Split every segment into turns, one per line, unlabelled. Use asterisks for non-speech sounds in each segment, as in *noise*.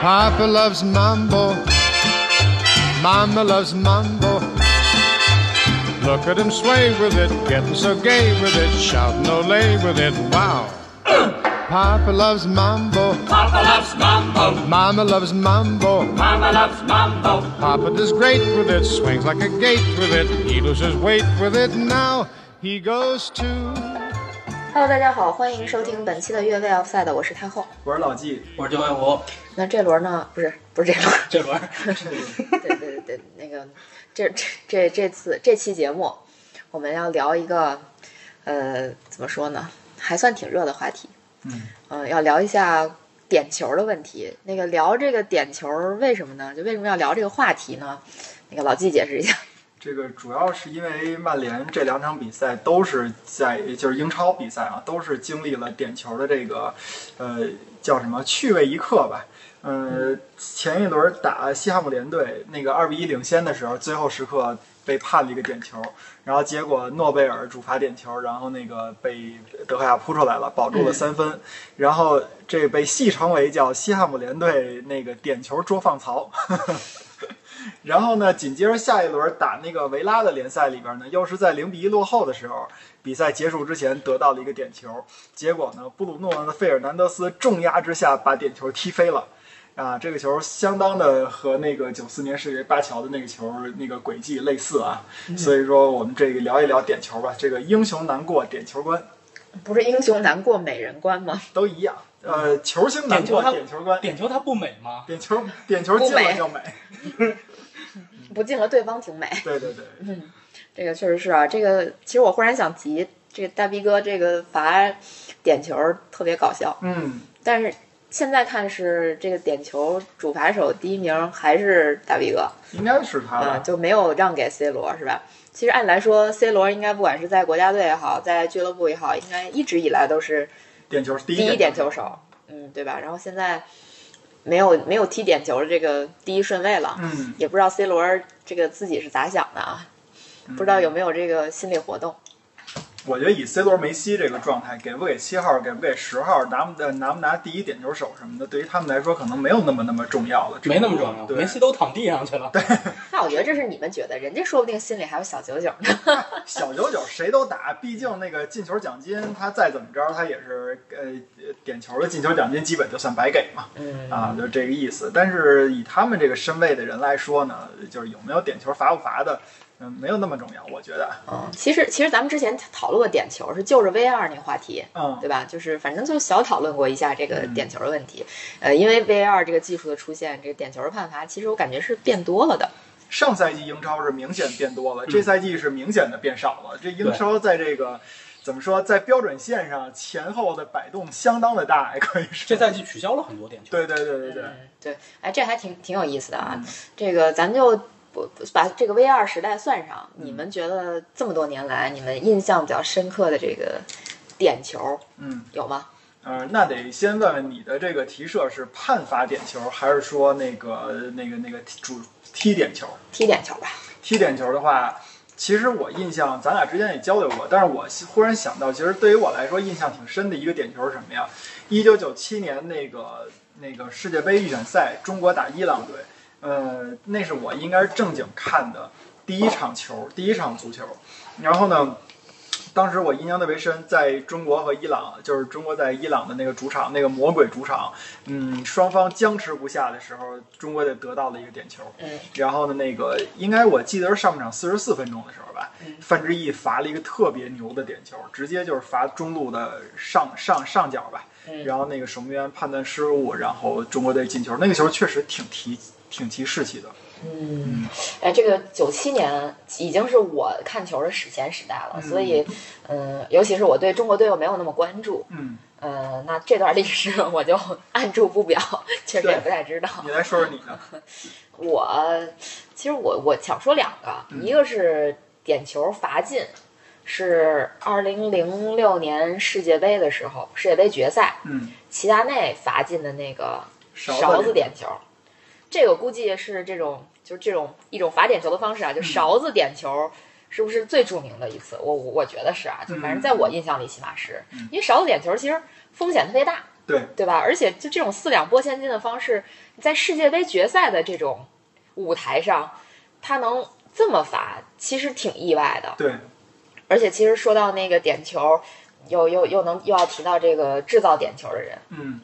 Papa loves mambo. Mama loves mambo. Look at him sway with it, getting so gay with it, shouting ole with it. Wow. Papa loves mambo.
Papa loves mambo.
Mama loves mambo.
Mama loves mambo.
Papa does great with it, swings like a gate with it. He loses weight with it. Now he goes to.
Hello，大家好，欢迎收听本期的越位 Offside，我是太后。
我是老纪，
我是九尾狐，
那这轮呢？不是，不是这轮，
这轮儿
*laughs* 对对对，那个这这这这次这期节目，我们要聊一个呃，怎么说呢，还算挺热的话题。
嗯，
呃，要聊一下点球的问题。那个聊这个点球，为什么呢？就为什么要聊这个话题呢？那个老季解释一下。 *laughs*
这个主要是因为曼联这两场比赛都是在就是英超比赛啊，都是经历了点球的这个呃叫什么趣味一刻吧。呃，前一轮打西汉姆联队那个二比一领先的时候，最后时刻被判了一个点球，然后结果诺贝尔主罚点球，然后那个被德赫亚扑出来了，保住了三分，然后这被戏称为叫西汉姆联队那个点球捉放 *laughs* 曹。然后呢，紧接着下一轮打那个维拉的联赛里边呢，又是在零比一落后的时候，比赛结束之前得到了一个点球，结果呢，布鲁诺的费尔南德斯重压之下把点球踢飞了。啊，这个球相当的和那个九四年世界杯巴乔的那个球那个轨迹类似啊，所以说我们这个聊一聊点球吧。这个英雄难过点球关
不是英雄难过美人关吗？
都一样，呃，球星难过点球关，
点球它不美吗？
点球点球进了就美，
不进了，对方挺美。
对对对，
这个确实是啊，这个其实我忽然想提，这个大逼哥这个罚点球特别搞笑，
嗯，
但是现在看是这个点球主罚手第一名还是大逼哥，
应该是他
嗯、
吧。
就没有让给 C 罗是吧？其实按理来说，C 罗应该不管是在国家队也好，在俱乐部也好，应该一直以来都是
点球是第一
第一点球手，嗯，对吧？然后现在没有没有踢点球的这个第一顺位了，
嗯，
也不知道 C 罗这个自己是咋想的啊，
嗯
不知道有没有这个心理活动。
我觉得以 C 罗、梅西这个状态，给不给七号，给不给十号，拿不呃拿不拿第一点球手什么的，对于他们来说可能没有那么那么重要了，
没那么重要，
对
梅西都躺地上去了。
那我觉得这是你们觉得，人家说不定心里还有小九九呢。
*laughs* 小九九谁都打，毕竟那个进球奖金，他再怎么着，他也是呃点球的进球奖金，基本就算白给嘛，
嗯
啊，就这个意思。但是以他们这个身位的人来说呢，就是有没有点球罚不罚的，嗯，没有那么重要，我觉得，
嗯，其实其实咱们之前讨论过点球，是就着 VR 那个话题，
嗯
对吧？就是反正就小讨论过一下这个点球的问题。呃，因为 VR 这个技术的出现，这个点球的判罚，其实我感觉是变多了的。
上赛季英超是明显变多
嗯
了，这赛季是明显的变少了。这英超在这个怎么说，在标准线上前后的摆动相当的大，也可以说。
这赛季取消了很多点球，
对对对对对，
嗯，对，哎，这还挺挺有意思的啊。
嗯
这个咱就不不把这个 VR 时代算上，
嗯
你们觉得这么多年来，你们印象比较深刻的这个点球
嗯
有吗？
呃，那得先问问你的这个提设是判罚点球，还是说那个那个那个主踢点球？
踢点球吧，
踢点球的话，其实我印象，咱俩之前也交流过，但是我忽然想到，其实对于我来说印象挺深的一个点球是什么呀？一九九七年那个那个世界杯预选赛，中国打伊朗队，呃，那是我应该是正经看的第一场球，第一场足球。然后呢，当时我印象特别深，在中国和伊朗，就是中国在伊朗的那个主场，那个魔鬼主场，嗯，双方僵持不下的时候，中国队得到了一个点球。
嗯，
然后呢，那个应该我记得是上半场四十四分钟的时候吧，
嗯
范志毅罚了一个特别牛的点球，直接就是罚中路的上上上角吧
嗯。
然后那个守门员判断失误，然后中国队进球。那个球确实挺提挺提士气的。
嗯，哎，这个九七年已经是我看球的史前时代了，
嗯
所以，嗯、尤其是我对中国队又没有那么关注，
嗯，
呃，那这段历史我就按住不表， *laughs* 确实也不太知道。
你来说说你
哦
的。
我其实我我想说两个，一个是点球罚进，是二零零六年世界杯的时候，世界杯决赛，
嗯，
齐达内罚进的那个
勺
*laughs* 勺子
子
点球，这个估计是这种就是这种一种罚点球的方
嗯
式啊，就勺子点球。是不是最著名的一
嗯
次？我我我觉得是啊，就反正在我印象里起码是，因为勺子点球其实风险特别大，
对
对吧？而且就这种四两拨千斤的方式，在世界杯决赛的这种舞台上，他能这么罚，其实挺意外的。
对，
而且其实说到那个点球，又又又能又要提到这个制造点球的人，
嗯，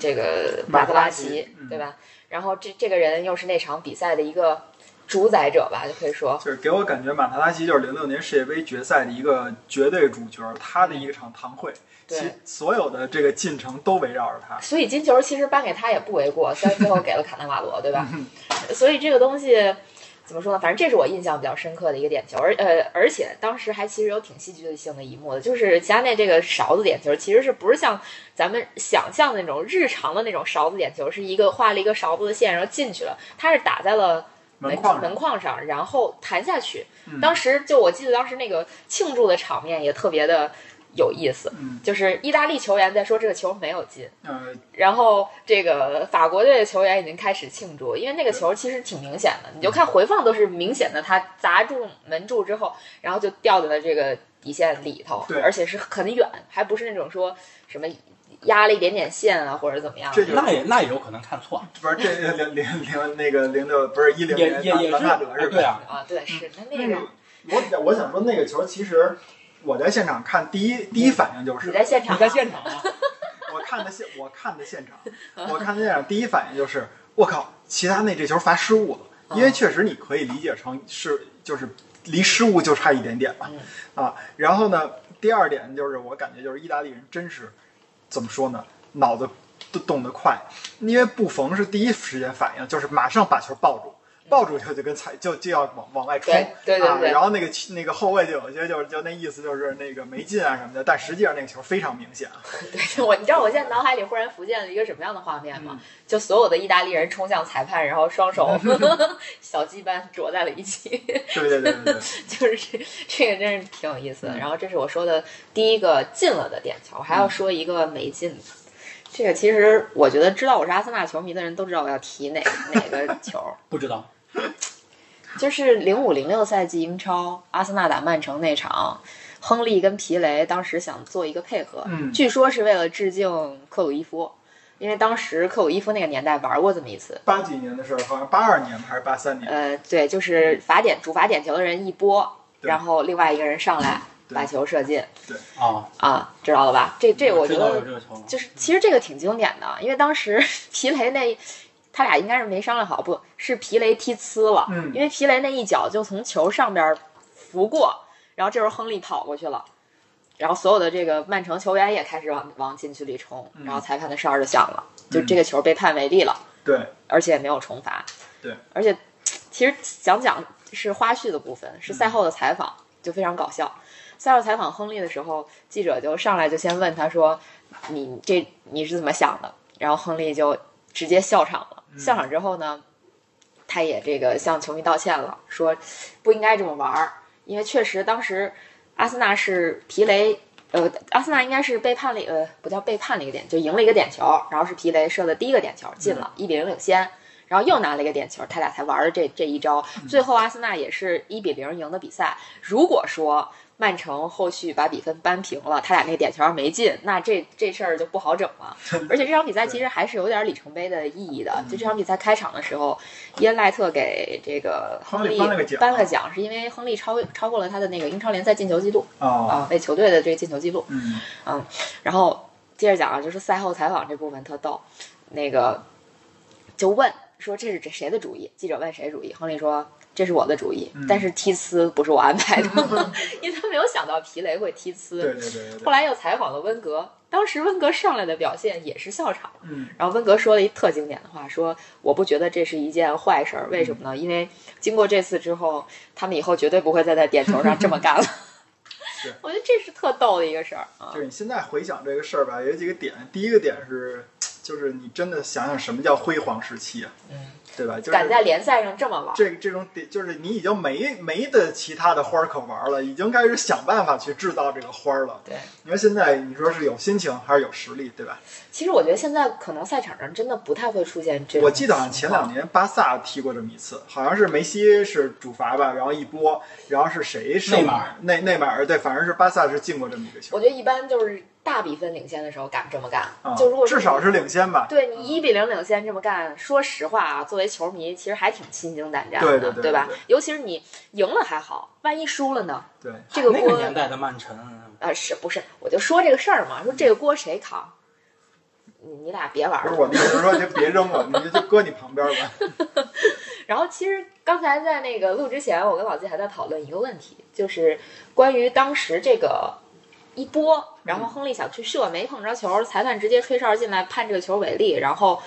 这个
马
马
特
特
拉
拉
齐
齐
嗯，
对吧？然后这这个人又是那场比赛的一个主宰者吧，就可以说，
就是给我感觉马特拉齐就是零六年世界杯决赛的一个绝对主角，他的一场堂会，
对
其所有的这个进程都围绕着他。
所以金球其实颁给他也不为过，虽然最后给了卡纳瓦罗，对吧？
嗯
所以这个东西怎么说呢？反正这是我印象比较深刻的一个点球，而呃，而且当时还其实有挺戏剧性的一幕的，就是齐达内这个勺子点球，其实是不是像咱们想象的那种日常的那种勺子点球，是一个画了一个勺子的线，然后进去了，它是打在了。
门
门
框上
门框上，然后弹下去
嗯。
当时就我记得，当时那个庆祝的场面也特别的有意思，
嗯
就是意大利球员在说这个球没有进，
呃，
然后这个法国队的球员已经开始庆祝，因为那个球其实挺明显的，你就看回放都是明显的，他砸中门柱之后，然后就掉在了这个底线里头
对，
而且是很远，还不是那种说什么压了一点点线啊或者怎么样。
这就是
那也那也有可能看错，
不是这这零零零那个零六不是一零
也
年
也也
兰
是
兰纳德是吧？
对啊，
啊，对，是他那
嗯那
个
个，我我想说那个球，其实我在现场看，第一第一反应就是
你在现场
你在
吗，
现场啊，
我看的现我看的现场，我看的现场第一反应就是我靠，齐达内这球罚失误了，
嗯
因为确实你可以理解成是就是离失误就差一点点嘛
嗯
啊。然后呢，第二点就是我感觉就是意大利人真是怎么说呢，脑子都动得快，因为布冯是第一时间反应就是马上把球抱住。 *laughs* 抱住以后就跟踩就就要往往外冲，
嗯对对对对
啊，然后那个那个后卫就有些就是就那意思就是那个没进啊什么的，但实际上那个球非常明显啊，
对 *laughs* 我，你知道我现在脑海里忽然浮现了一个什么样的画面吗？就所有的意大利人冲向裁判，然后双手小鸡般啄在了一起。 *laughs*
*laughs* 对对对对对。
就是这个真是挺有意思的。然后这是我说的第一个进了的点球，还要说一个没进的。这个其实我觉得知道我是阿森纳球迷的人都知道我要提哪 *laughs* 哪个球，
不知道
就是零五零六赛季英超阿森纳打曼城那场，亨利跟皮雷当时想做一个配合，
嗯
据说是为了致敬克鲁伊夫，因为当时克鲁伊夫那个年代玩过这么一次，
八几年的事儿，好像八二年还是八三年，
呃，对，就是罚点主罚点球的人一拨，
对
然后另外一个人上来
对
把球射进。
啊，
啊，知道了吧？这这我觉
知道有
得
这个球了，
就是，其实这个挺经典的，因为当时 *laughs* 皮雷那他俩应该是没商量好，不是皮雷踢呲了，
嗯
因为皮雷那一脚就从球上边拂过，然后这时候亨利跑过去了。然后所有的这个曼城球员也开始往往禁区里冲，然后裁判的哨儿就响了，就这个球被判违例了。
对，
而且没有重罚。
对，
而且其实讲讲是花絮的部分，是赛后的采访，就非常搞笑。赛后采访亨利的时候，记者就上来就先问他说：“你这你是怎么想的？”然后亨利就直接笑场了。笑场之后呢，他也这个向球迷道歉了，说不应该这么玩儿，因为确实当时阿森纳是皮雷。呃，阿森纳应该是被判了一，呃，不叫被判了一个点，就赢了一个点球，然后是皮雷射的第一个点球进了，
嗯
一比零领先，然后又拿了一个点球，他俩才玩了这这一招，
嗯
最后阿森纳也是一比零赢的比赛。如果说曼城后续把比分扳平了，他俩那个点球要没进，那这这事儿就不好整
*laughs*
了。而且这场比赛其实还是有点里程碑的意义的。就这场比赛开场的时候，伊恩赖特给这个亨利
亨利颁了个奖啊
颁了个奖，是因为亨利超超过了他的那个英超联赛进球记录
哦，
啊，为球队的这个进球记录。
嗯，
然后接着讲啊，就是赛后采访这部分特逗，那个就问说这是这谁的主意？记者问谁主意？亨利说这是我的主意，
嗯
但是踢呲不是我安
*laughs*
排的，因为他没有想到皮雷会踢呲。
对对对对
后
对，
来又采访了温格，当时温格上来的表现也是笑场。
嗯，
然后温格说了一特经典的话，说我不觉得这是一件坏事儿，为什么
嗯
呢？因为经过这次之后，他们以后绝对不会再在点球上这么
*laughs*
干了。 *laughs*
是
我觉得这是特逗的一个事儿啊
就。是你现在回想这个事儿吧，有几个点，第一个点是，就是你真的想想什么叫辉煌时期啊，
嗯，
对吧？就是
敢在联赛上这么玩。
这这种点，就是你已经没没的其他的花儿可玩了，已经开始想办法去制造这个花儿了。
对，
你说现在你说是有心情还是有实力，对吧？
其实我觉得现在可能赛场上真的不太会出现这种情况。
我记得好像前两年巴萨踢过这么一次，好像是梅西是主罚吧，然后一波，然后是谁是
内马尔
内内马尔对，反正是巴萨是进过这么一个球
我觉得一般就是大比分领先的时候敢这么干，
啊，
就如果
至少是领先吧。
对你一比零领先这么干，说实话啊，作为球迷其实还挺心惊胆战的，
对对对
吧
对对？
尤其是你赢了还好，万一输了呢？
对，
这个
那个
锅
年代的曼城，
啊，是不是？我就说这个事儿嘛，说这个锅谁扛？你你俩别玩
不是
了。
我的意思是说，就别扔了，你就就搁你旁边吧。
然后其实刚才在那个录之前，我跟老季还在讨论一个问题，就是关于当时这个一波，然
嗯
后亨利想去射没碰着球，裁判直接吹哨进来判这个球违例，然后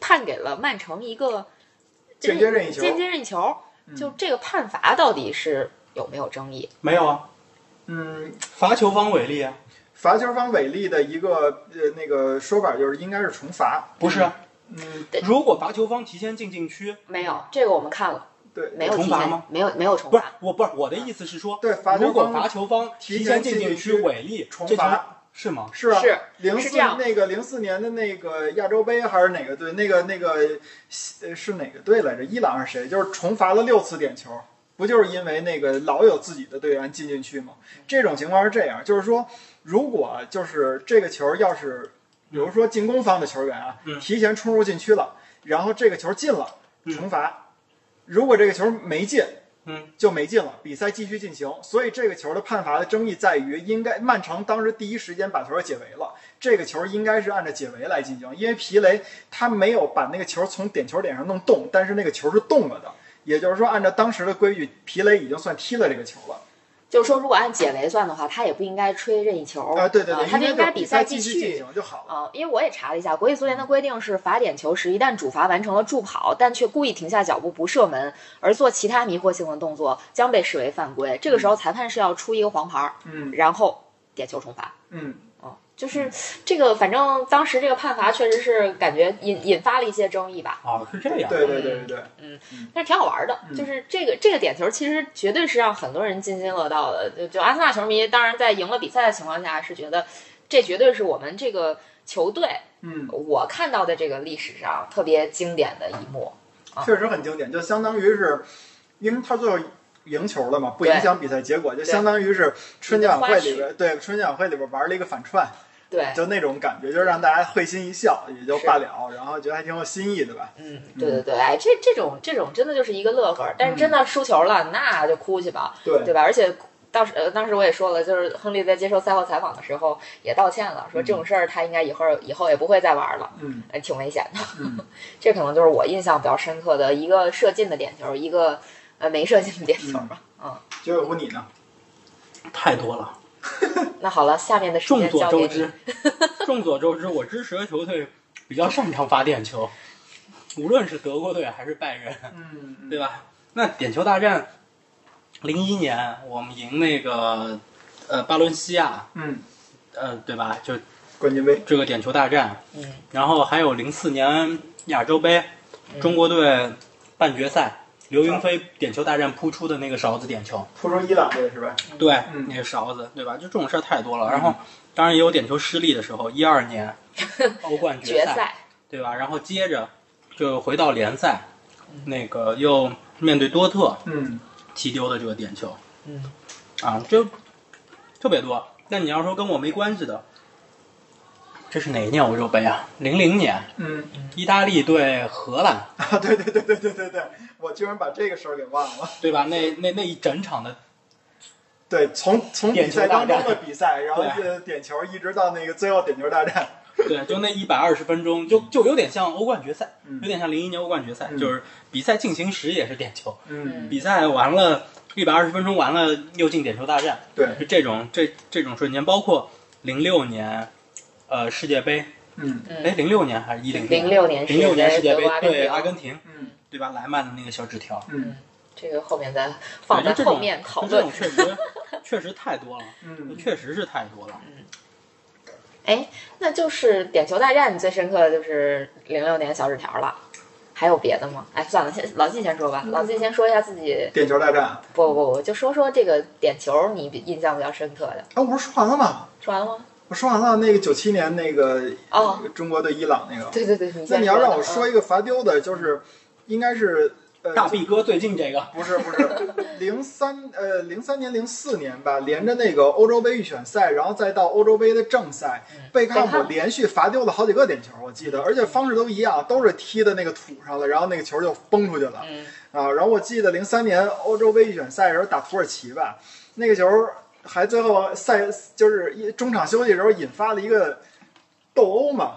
判给了曼城一个
间接任意球
间接任意球，
嗯
就这个判罚到底是有没有争议？
没有啊，
嗯，
罚球方违例啊，
罚球方违例的一个呃那个说法就是应该是重罚。
不是啊，
嗯，
对
如果罚球方提前进禁区，
没有，这个我们看了，
对，
没有提
重罚
前
吗，
没有没有重
不是
罚，
我不是我的意思是说，
对罚球方
如果罚球方提前进禁
提前进
区
禁区
违例，
重
这球
罚
是吗？
是啊，
是
零
是
四
这样
那个零四年的那个亚洲杯还是哪个队？那个那个呃是哪个队来着？伊朗还是谁？就是重罚了六次点球，不就是因为那个老有自己的队员进禁区吗？这种情况是这样，就是说，如果就是这个球要是，比如说进攻方的球员啊，
嗯
提前冲入禁区了，然后这个球进了，
嗯
重罚；如果这个球没进，
嗯，
就没进了，比赛继续进行。所以这个球的判罚的争议在于，应该曼城当时第一时间把球给解围了，这个球应该是按照解围来进行，因为皮雷他没有把那个球从点球点上弄动，但是那个球是动了的，也就是说按照当时的规矩，皮雷已经算踢了这个球了。
就是说如果按解围算的话，他也不应该吹任意球
啊，对对对，
他就
应
应该
就比
赛
继续进
续。
行就好了。
啊，因为我也查了一下，国际足联的规定是罚点球时，一旦主罚完成了助跑，但却故意停下脚步不射门，而做其他迷惑性的动作，将被视为犯规。这个时候，裁判是要出一个黄牌儿，
嗯
然后点球重罚。
嗯，
嗯，就是这个，反正当时这个判罚确实是感觉引引发了一些争议吧。
啊，是这样啊，
对对对对对，
但是挺好玩的，就是这个这个点球其实绝对是让很多人津津乐道的。就就阿森纳球迷，当然在赢了比赛的情况下，是觉得这绝对是我们这个球队
嗯，
我看到的这个历史上特别经典的一幕。
确实很经典，就相当于是，因为他最后赢球了嘛，不
对
影响比赛结果，就相当于是春节晚会里边，对春节晚会里边玩了一个反串，
对，
就那种感觉，就让大家会心一笑也就罢了，然后觉得还挺有新意的吧。
嗯，对对对，哎，这这种这种真的就是一个乐呵儿，但是真的输球了，那就哭去吧，
对
对吧？而且当时呃，当时我也说了，就是亨利在接受赛后采访的时候也道歉了，说这种事儿他应该以后以后也不会再玩了，
嗯
呃，挺危险的。
嗯，
*laughs* 这可能就是我印象比较深刻的一个射进的点球，一个呃没射进的点球吧。嗯，
九尾狐你呢？
太多了。
那好了，下面的时
众
间
所
交给
周
你
知。，众所周知，我支持的球队比较擅长罚点球，无论是德国队还是拜仁，
嗯，
对吧？那点球大战，零一年我们赢那个呃巴伦西亚，
嗯，
呃对吧？就
冠军杯，
这个点球大战，
嗯， *laughs*
然后还有零四年亚洲杯，中国队半决赛，刘云飞点球大战扑出的那个勺子点球，
扑出伊朗队是吧？
对，
嗯
那个勺子，对吧？就这种事儿太多了。然后，当然也有点球失利的时候，一二年欧冠
决
决赛，
赛，
对吧？然后接着就回到联赛，那个又面对多特
嗯，
踢丢的这个点球，
嗯，
啊，就特别多。那你要说跟我没关系的，这是哪一年欧洲杯啊？零零年，
嗯，
意大利对荷兰，
啊，对对对对对对对，我居然把这个事儿给忘了。
对吧？那那那一整场的
对，从从比赛当中
点球大啊
的比赛，然后呃点球一直到那个最后点球大战，
对，就那一百二十分钟，就就有点像欧冠决赛，
嗯
有点像零一年欧冠决赛，
嗯
就是比赛进行时也是点球，
嗯，
比赛完了一百二十分钟完了又进点球大战，
对，
就这种这这种瞬间，包括零六年，呃世界杯，
嗯
哎零六年还是一零
零六年
零六年世界
德
杯
国阿根
对
廷
阿根廷，
嗯
对吧？莱曼的那个小纸条，
嗯
这个后面咱放
对
在
就这种
后面讨
就这
论
种。确
*laughs*
实确实太多了，
嗯，
确实是太多了。
嗯哎，那就是点球大战，你最深刻的就是零六年小纸条了，还有别的吗？哎，算了，先老季先说吧。老季先说一下自己，
点球大战。啊
不不不不，就说说这个点球你比印象比较深刻的。
啊，我不是说完了吗？
说完了吗？
我说完了，那个九七年那个
哦，
中国对伊朗那个。
对对对，你
那
先
你要让我说
说
一个罚丢的，就是应该是呃，
大臂哥最近这个，
不是不是，零三呃零三年零四年吧，连着那个欧洲杯预选赛，然后再到欧洲杯的正赛，贝克汉
贝克
姆
汉
连续罚丢了好几个点球，我记得，而且方式都一样，都是踢的那个土上了，然后那个球就崩出去了。
嗯
啊，然后我记得零三年欧洲杯预选赛的时候打土耳其吧，那个球还最后赛就是一中场休息的时候引发了一个斗殴嘛，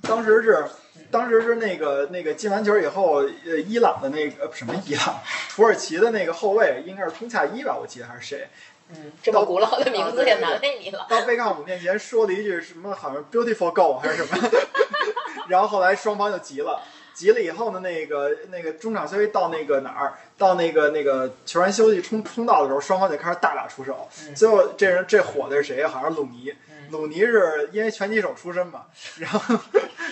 当时是。当时是那个那个进完球以后，呃，伊朗的那个呃什么伊朗，土耳其的那个后卫应该是通恰伊吧，我记得还是谁，
嗯，这么古老的名字也难为你
*laughs*
了。
到贝克汉姆面前说了一句什么，好像 “beautiful goal” 还是什么， *laughs* 然后后来双方就急了。急了以后呢，那个那个中场休息到那个哪儿，到那个那个球员休息冲通道的时候，双方就开始大打出手。
嗯
最后这人这火的是谁啊？好像是鲁尼
嗯，
鲁尼是因为拳击手出身嘛，
*laughs*
然后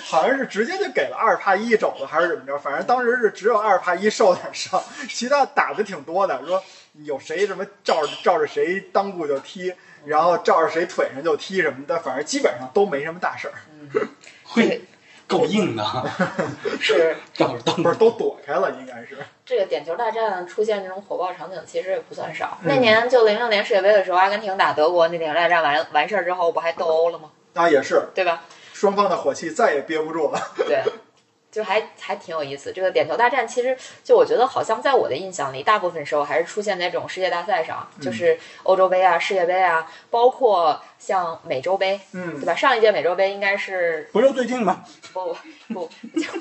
好像是直接就给了阿尔帕伊一肘子还是怎么着，反正当时是只有阿尔帕伊受点伤，其他打的挺多的。说有谁什么照着照着谁裆部就踢，然后照着谁腿上就踢什么的，反正基本上都没什么大
*laughs*
事儿，
这个
嘿，够硬的， *laughs*
嗯是
照着当
不是都躲开了，应该是。
这个点球大战出现这种火爆场景，其实也不算少。
嗯
那年就零六年世界杯的时候，阿根廷打德国那点球大战完完事儿之后，不还斗殴了吗？
啊，也是，
对吧？
双方的火气再也憋不住
*laughs*
了。
对，就还还挺有意思。这个点球大战，其实就我觉得好像在我的印象里，大部分时候还是出现在这种世界大赛上，
嗯
就是欧洲杯啊、世界杯啊，包括像美洲杯，
嗯
对，吧？上一届美洲杯应该是
不是最近吗？
不不，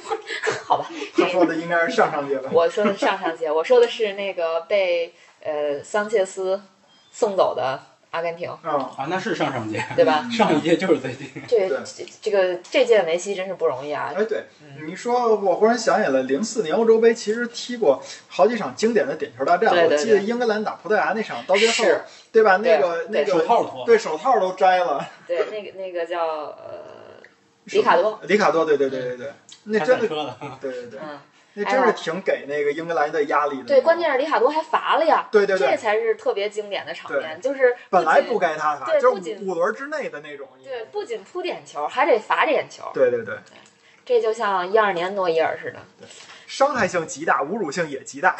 *laughs* 好吧，
他说的应该是上上届吧。
我说的是上上届，我说的是那个被呃桑切斯送走的阿根廷，
嗯，
啊，那是上上届，
对吧？
上一届就是最近。
这
对
这这个这届梅西真是不容易啊！
哎，对
嗯
你说，我忽然想起来，零四年欧洲杯其实踢过好几场经典的点球大战。
对对
我记得
对
英格兰打葡萄牙那场，到最后
是，
对吧？
对
那个
对
那
手
个，
套脱了，
对手套都摘了。
对，那个那个叫呃里卡多，
里卡多，对对对对对，那
开
真
赛
的，
车了，
对对对，
嗯，
那真是挺给那个英格兰的压力的。
对，关键是里卡多还罚了呀，
对对
这
对，
才是特别经典的场面，就是
本来
不仅
不该他罚，
对
就
不
是
仅
五轮之内的那种。
对，不仅扑点球，还得罚点球，
对对对，
这就像一二年诺伊尔似的，
伤害性极大，侮辱性也极大。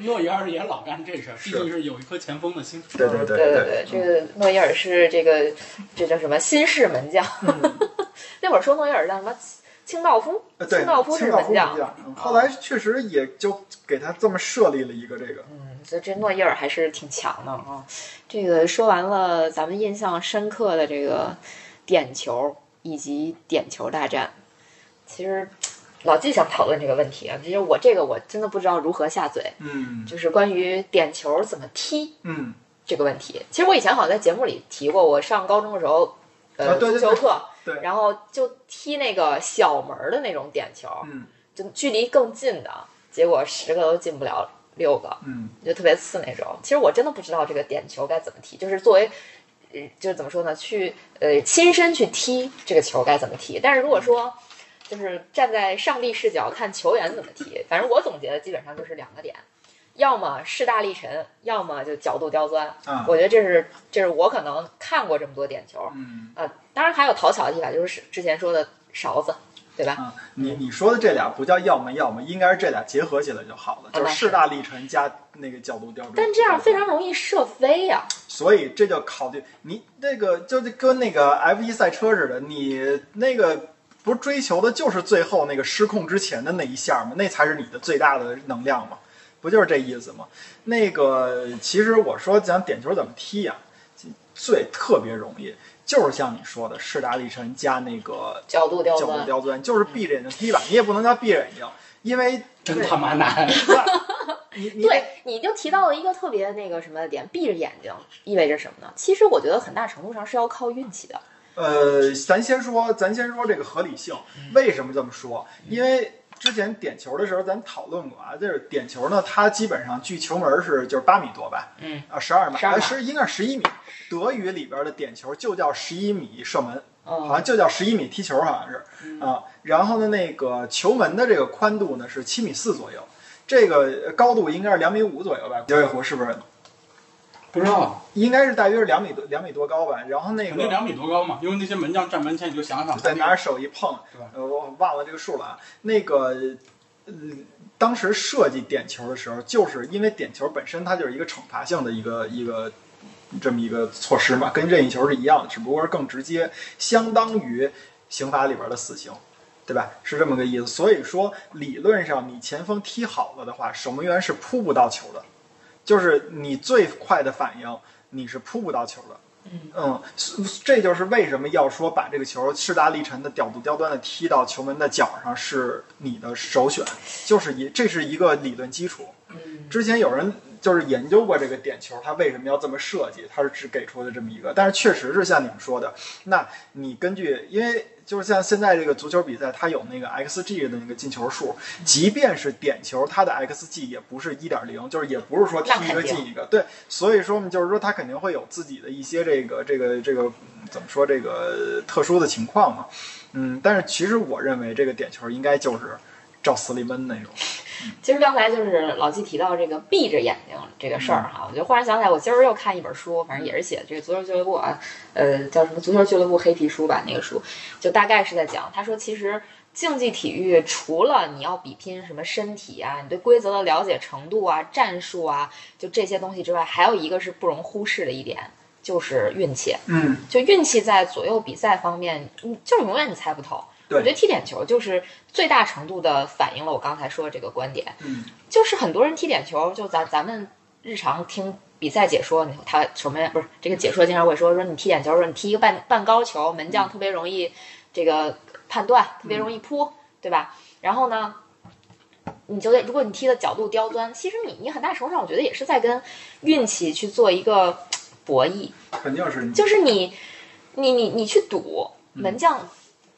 诺伊尔也老干这事儿，毕
是
竟是有一颗前锋的心。
*laughs* 对对
对
对
对，这个诺伊尔是这个这叫什么新式门将。
嗯
*laughs* 那会儿说诺伊尔叫什么清清道夫，
呃对，
清道夫是门将。
将。嗯后来确实也就给他这么设立了一个这个，
嗯，所以这诺伊尔还是挺强的啊。这个说完了咱们印象深刻的这个点球以及点球大战，其实老季想讨论这个问题啊，其实我这个我真的不知道如何下嘴，
嗯
就是关于点球怎么踢
嗯，
这个问题。其实我以前好像在节目里提过，我上高中的时候，呃，
啊对对
足球
对
课，
对
然后就踢那个小门儿的那种点球，
嗯
就距离更近的，结果十个都进不了六个，
嗯
就特别次那种。其实我真的不知道这个点球该怎么踢，就是作为，呃，就是怎么说呢，去呃亲身去踢这个球该怎么踢。但是如果说就是站在上帝视角看球员怎么踢，反正我总结的基本上就是两个点，要么势大力沉，要么就角度刁钻。
啊，
我觉得这是这是我可能看过这么多点球，
嗯
呃，当然还有讨巧的踢法，就是之前说的勺子，对吧？
啊，你你说的这俩不叫要么要么，应该是这俩结合起来就好了，
那
就是
是
势大力沉加那个角度标准。
但这样非常容易射飞呀、
所以这就考虑你那个就跟那个 F 一赛车似的，你那个不是追求的就是最后那个失控之前的那一下吗？那才是你的最大的能量嘛，不就是这意思吗？那个其实我说讲点球怎么踢呀、最特别容易就是像你说的势大力沉加那个
角度刁
角度
钻。
刁钻，就是闭着眼睛踢吧，你也不能叫闭着眼睛，
*laughs*
因为
真他妈难！
你你
对，你就提到了一个特别那个什么的点，闭着眼睛意味着什么呢？其实我觉得很大程度上是要靠运气的。
呃，咱先说，咱先说这个合理性。为什么这么说？因为之前点球的时候，咱讨论过啊，就是点球呢，它基本上距球门是就是八米多吧，
嗯，
啊，十二码，
12码
十应该是十一米。德语里边的点球就叫十一米射门，
嗯
好像就叫十一米踢球，好像是啊。然后呢，那个球门的这个宽度呢是七米四左右，这个高度应该是两米五左右吧？九尾狐是不是？
不知道，
应该是大约是两米多两米多高吧？然后那
肯定
个
两米多高嘛，因为那些门将站门前，你就想想，
再拿着手一碰
对吧，
呃，我忘了这个数了啊。那个，嗯，当时设计点球的时候，就是因为点球本身它就是一个惩罚性的一个一个这么一个措施嘛，跟任意球是一样的，只不过是更直接，相当于刑法里边的死刑。对吧？是这么个意思。所以说，理论上你前锋踢好了的话，守门员是扑不到球的，就是你最快的反应，你是扑不到球的。嗯，是这就是为什么要说把这个球势大力沉的角度刁端的踢到球门的脚上是你的首选，就是一这是一个理论基础。之前有人就是研究过这个点球，它为什么要这么设计，它是只给出的这么一个，但是确实是像你们说的，那你根据因为。就是像现在这个足球比赛，它有那个 xg 的那个进球数，即便是点球，它的 xg 也不是一点零，就是也不是说踢
那
一
肯
个
定
进一个，对，所以说我们就是说，他肯定会有自己的一些这个这个这个嗯怎么说这个呃特殊的情况嘛。嗯，但是其实我认为这个点球应该就是照死里闷那种。
其实刚才就是老季提到这个闭着眼睛这个事儿哈，我就忽然想起来，我今儿又看一本书，反正也是写这个足球俱乐部啊，呃，叫什么《足球俱乐部黑皮书》吧，那个书就大概是在讲，他说其实竞技体育除了你要比拼什么身体啊，你对规则的了解程度啊、战术啊，就这些东西之外，还有一个是不容忽视的一点，就是运气。
嗯，
就运气在左右比赛方面，嗯就是永远你猜不透。
对
我觉得踢点球就是最大程度的反映了我刚才说的这个观点。
嗯，
就是很多人踢点球，就咱咱们日常听比赛解说，你他什么呀？不是这个解说经常会说说你踢点球，说你踢一个半半高球，门
嗯
将特别容易这个判断，特别容易扑，对吧？然后呢，你就得如果你踢的角度刁钻，其实你你很大程度上我觉得也是在跟运气去做一个博弈。
肯定是你
就是你，你你你去赌
嗯
门将，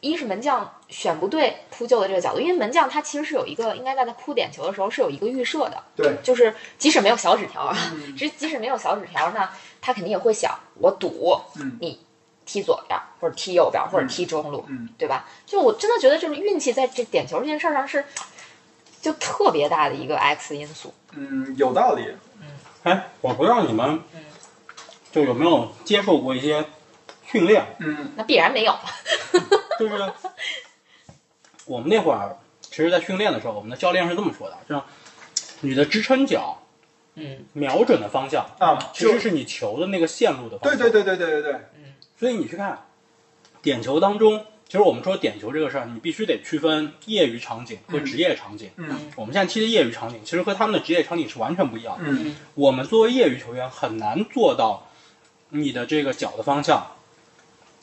一是门将选不对扑救的这个角度，因为门将他其实是有一个应该在他扑点球的时候是有一个预设的，
对，嗯
就是即使没有小纸条啊， *laughs* 即即使没有小纸条呢，他肯定也会想我赌
嗯
你踢左边儿或者踢右边儿或者
嗯
踢中路，
嗯
对吧？就我真的觉得就是运气在这点球这件事儿上是就特别大的一个 X 因素。
嗯有道理。
哎，我不知道你们
嗯
就有没有接受过一些训练， *laughs*
嗯
那必然没有，
就是我们那会儿，其实，在训练的时候，我们的教练是这么说的：，就是你的支撑脚
嗯，
瞄准的方向，
啊，
其实
就是
你球的那个线路的方
对
向。
对。对对对对对，
所以你去看点球当中，其实我们说点球这个事儿，你必须得区分业余场景和
嗯
职业场景。
嗯
我们现在踢的业余场景，其实和他们的职业场景是完全不一样的。
嗯
我们作为业余球员，很难做到你的这个脚的方向，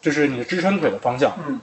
就是你的支撑腿的方向。
嗯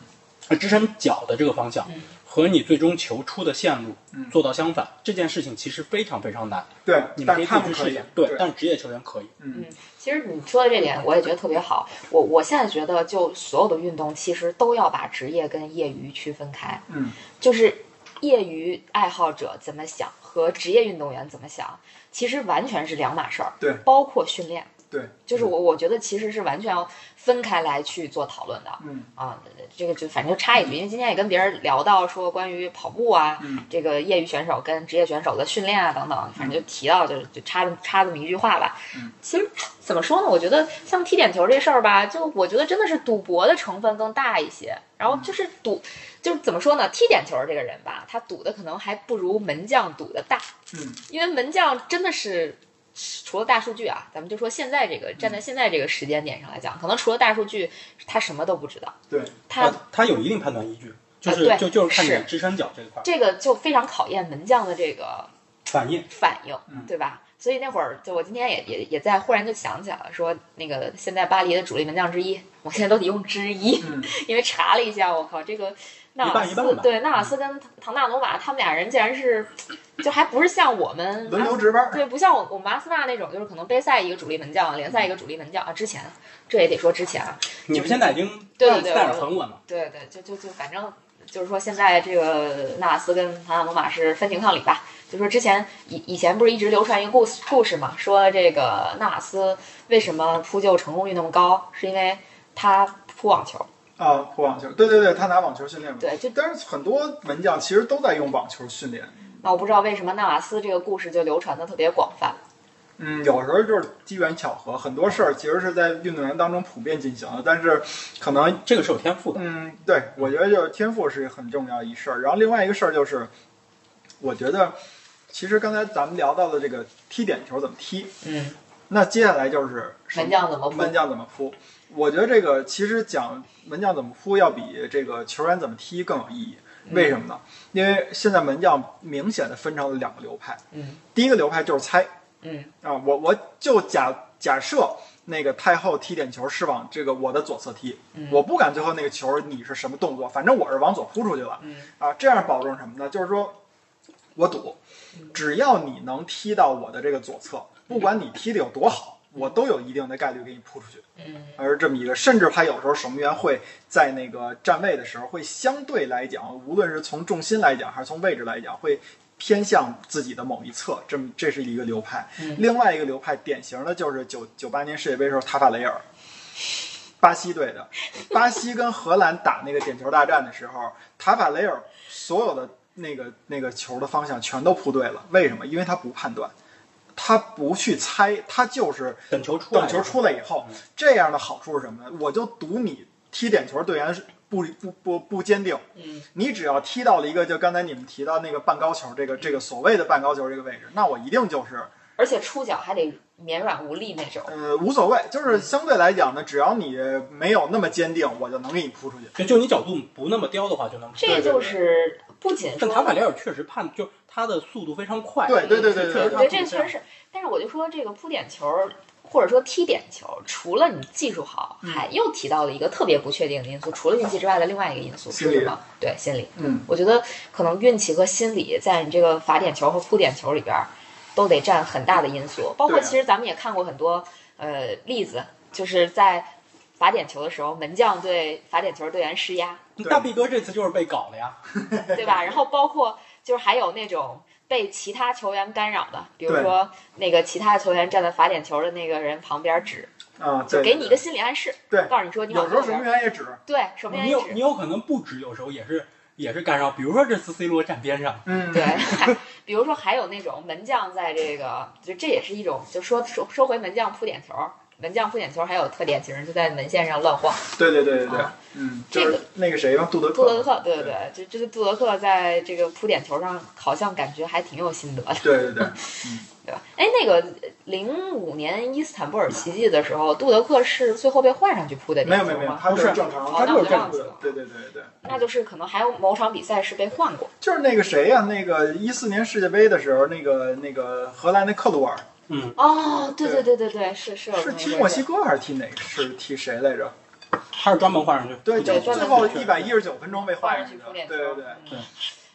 呃支撑脚的这个方向
嗯
和你最终球出的线路
嗯
做到相反，这件事情其实非常非常难。
对
你，们
但
可以自己
是他们
去
可
试一
以
下，，对，但是职业球员可以。
嗯
其实你说的这点，我也觉得特别好。我我现在觉得，就所有的运动其实都要把职业跟业余区分开，
嗯
就是业余爱好者怎么想和职业运动员怎么想，其实完全是两码事儿。
对
包括训练，
对，
就是我我觉得其实是完全要分开来去做讨论的。
嗯
啊，这个就反正就插一句，因为今天也跟别人聊到说关于跑步啊，
嗯
这个业余选手跟职业选手的训练啊等等，反正就提到就是就插插这么一句话吧。
嗯
其实怎么说呢，我觉得像踢点球这事儿吧，就我觉得真的是赌博的成分更大一些。然
嗯
后就是赌，就是怎么说呢，踢点球这个人吧，他赌的可能还不如门将赌的大。
嗯
因为门将真的是除了大数据啊，咱们就说现在这个
嗯
站在现在这个时间点上来讲，可能除了大数据，他什么都不知道。
对，
他
呃他有一定判断依据，就
啊
是、
对
就就是看你的
是
支撑脚这一块
这个就非常考验门将的这个
反应。
反应
嗯，
对吧？所以那会儿就我今天也也也在忽然就想起来了，说那个现在巴黎的主力门将之一，我现在都得用之一，
嗯
*laughs* 因为查了一下，我靠，这个纳瓦斯
一半一半吧嗯
对纳瓦斯跟唐唐纳罗马他们俩人竟然是，就还不是像我们啊
轮流值班。
对，不像我我们阿森纳那种，就是可能杯赛一个主力门将，联赛一个主力门将啊。之前这也得说之前啊，
你们现在已经
对对
带
对
带
我
着很稳了，
对对，就就就反正就是说现在这个纳瓦斯跟唐纳罗马是分庭抗礼吧。就说之前以以前不是一直流传一个故事故事嘛，说这个纳瓦斯为什么扑救成功率那么高，是因为他扑网球。
啊啊，破网球，对对对，他拿网球训练过。
对，就
但是很多门将其实都在用网球训练。
那我不知道为什么纳瓦斯这个故事就流传的特别广泛。
嗯，有时候就是机缘巧合，很多事儿其实是在运动员当中普遍进行的，但是可能，
这个是有天赋的。
嗯，对我觉得就是天赋是很重要一事儿。然后另外一个事儿就是，我觉得其实刚才咱们聊到的这个踢点球怎么踢，
嗯，
那接下来就是什么
门将怎么扑
门将怎么扑。我觉得这个其实讲门将怎么扑要比这个球员怎么踢更有意义。
嗯
为什么呢？因为现在门将明显的分成了两个流派。
嗯，
第一个流派就是猜。
嗯，
啊，我我就假假设那个太后踢点球是往这个我的左侧踢，
嗯
我不管最后那个球你是什么动作，反正我是往左扑出去了。
嗯，
啊，这样保证什么呢？就是说我赌，
嗯
只要你能踢到我的这个左侧，不管你踢的有多好，我都有一定的概率给你扑出去。
嗯，
而这么一个，甚至他有时候守门员会在那个站位的时候，会相对来讲，无论是从重心来讲还是从位置来讲，会偏向自己的某一侧。这么这是一个流派。另外一个流派典型的就是九九八年世界杯时候塔法雷尔，巴西队的，巴西跟荷兰打那个点球大战的时候，塔法雷尔所有的那个那个球的方向全都扑对了。为什么？因为他不判断，他不去猜，他就是
等球出来，
等球出来以后，这样的好处是什么呢？我就赌你踢点球队员是不不不不坚定，
嗯，
你只要踢到了一个就刚才你们提到那个半高球，这个这个所谓的半高球这个位置，那我一定就是
而且触角还得绵软无力那种。
呃无所谓，就是相对来讲呢，只要你没有那么坚定，我就能给你扑出去。
就就你角度不那么刁的话，就能扑。
这就是不仅
但
说
塔法雷尔确实判，就他的速度非常快。
对对对对
对
对
对，这确实是。但是我就说这个扑点球儿或者说踢点球儿，除了你技术好，
嗯
还又提到了一个特别不确定的因素，除了运气之外的另外一个因素
心
是
理
什么？对，心理。
嗯，
我觉得可能运气和心理在你这个罚点球和扑点球里边儿都得占很大的因素，包括
对啊
其实咱们也看过很多呃例子，就是在罚点球的时候，门将对罚点球队员施压，
对大 B 哥这次就是被搞了呀。
对吧？然后包括就是还有那种被其他球员干扰的，比如
对
说那个其他球员站在罚点球的那个人旁边指，
啊，
就
对，
给你一个心理暗示，
对
告诉你说你
有
往
时候
右
守门
边，
员也指，
对，守门
你
员
有
指
你，有可能不止，有时候也是也是干扰。比如说这次 C 罗站边上，
嗯，
对， *laughs* 比如说还有那种门将在这个，就这也是一种，就说说说回门将扑点球儿，门将扑点球儿还有特点，其实就在门线上乱晃。
对对对对对
啊，
嗯，
这
就
个
是那个谁吧，杜德
杜德
克，
克，对对对，这这个杜德克在这个扑点球上好像感觉还挺有心得的。
对对对，
对吧？哎，那个零五年伊斯坦布尔奇迹的时候，杜德克是最后被换上去扑的
没
点
有
球
没有没有，
吗？
他就
不
是
是
正常，
好哦
他
那
就
我
是
就
正
忘记
常
了，
对对对对对。
那就是可能还有某场比赛是被换过。
就是那个谁呀、那个一四年世界杯的时候，那个那个荷兰的克鲁尔
嗯，
哦，对
对
对对对对，是是有这
是
么一
踢
个
墨
人
西哥还是踢哪个？是踢谁来着？
他是专门换上去。
对，就
对
最
专门
后
踢
一百一十九分钟被
换
换
上
上
去
去
扑
的。
点
对
球。
对对。
对
嗯，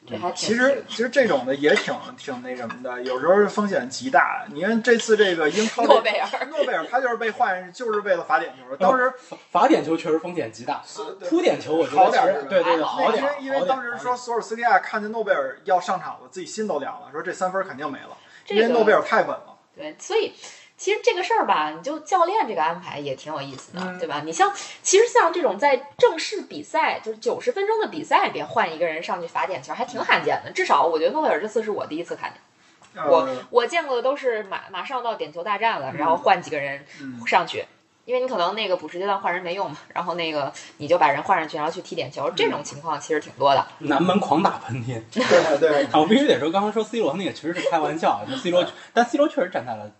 这还挺
其实其实这种的也挺挺那什么的，有时候风险极大。你看这次这个英超
诺贝尔，
诺贝尔他就是被换上去，就是为了罚点球。当
哦
时
罚点球确实风险极大，扑点球我觉得
好点儿
其实
是吧
对对对，
还
好
那
点儿。
天因为
好点儿
当时说，索尔斯克亚看见诺贝尔要上场了，自己心都凉了，说这三分肯定没了，
这
因
个
为诺贝尔太稳了。
对，所以其实这个事儿吧，你就教练这个安排也挺有意思的，
嗯
对吧？你像其实像这种在正式比赛，就是九十分钟的比赛里边换一个人上去罚点球，还挺罕见的。至少我觉得诺贝尔这次是我第一次看见，我
呃，
我见过的都是马马上到点球大战了，然后换几个人
嗯
上去。因为你可能那个补时阶段换人没用嘛，然后那个你就把人换上去，然后去踢点球，这种情况其实挺多的。
南门狂打喷嚏。
对对，
啊，我必须得说，刚刚说 C 罗那个其实是开玩笑，啊就 C 罗， *laughs* 但 C 罗确实站在了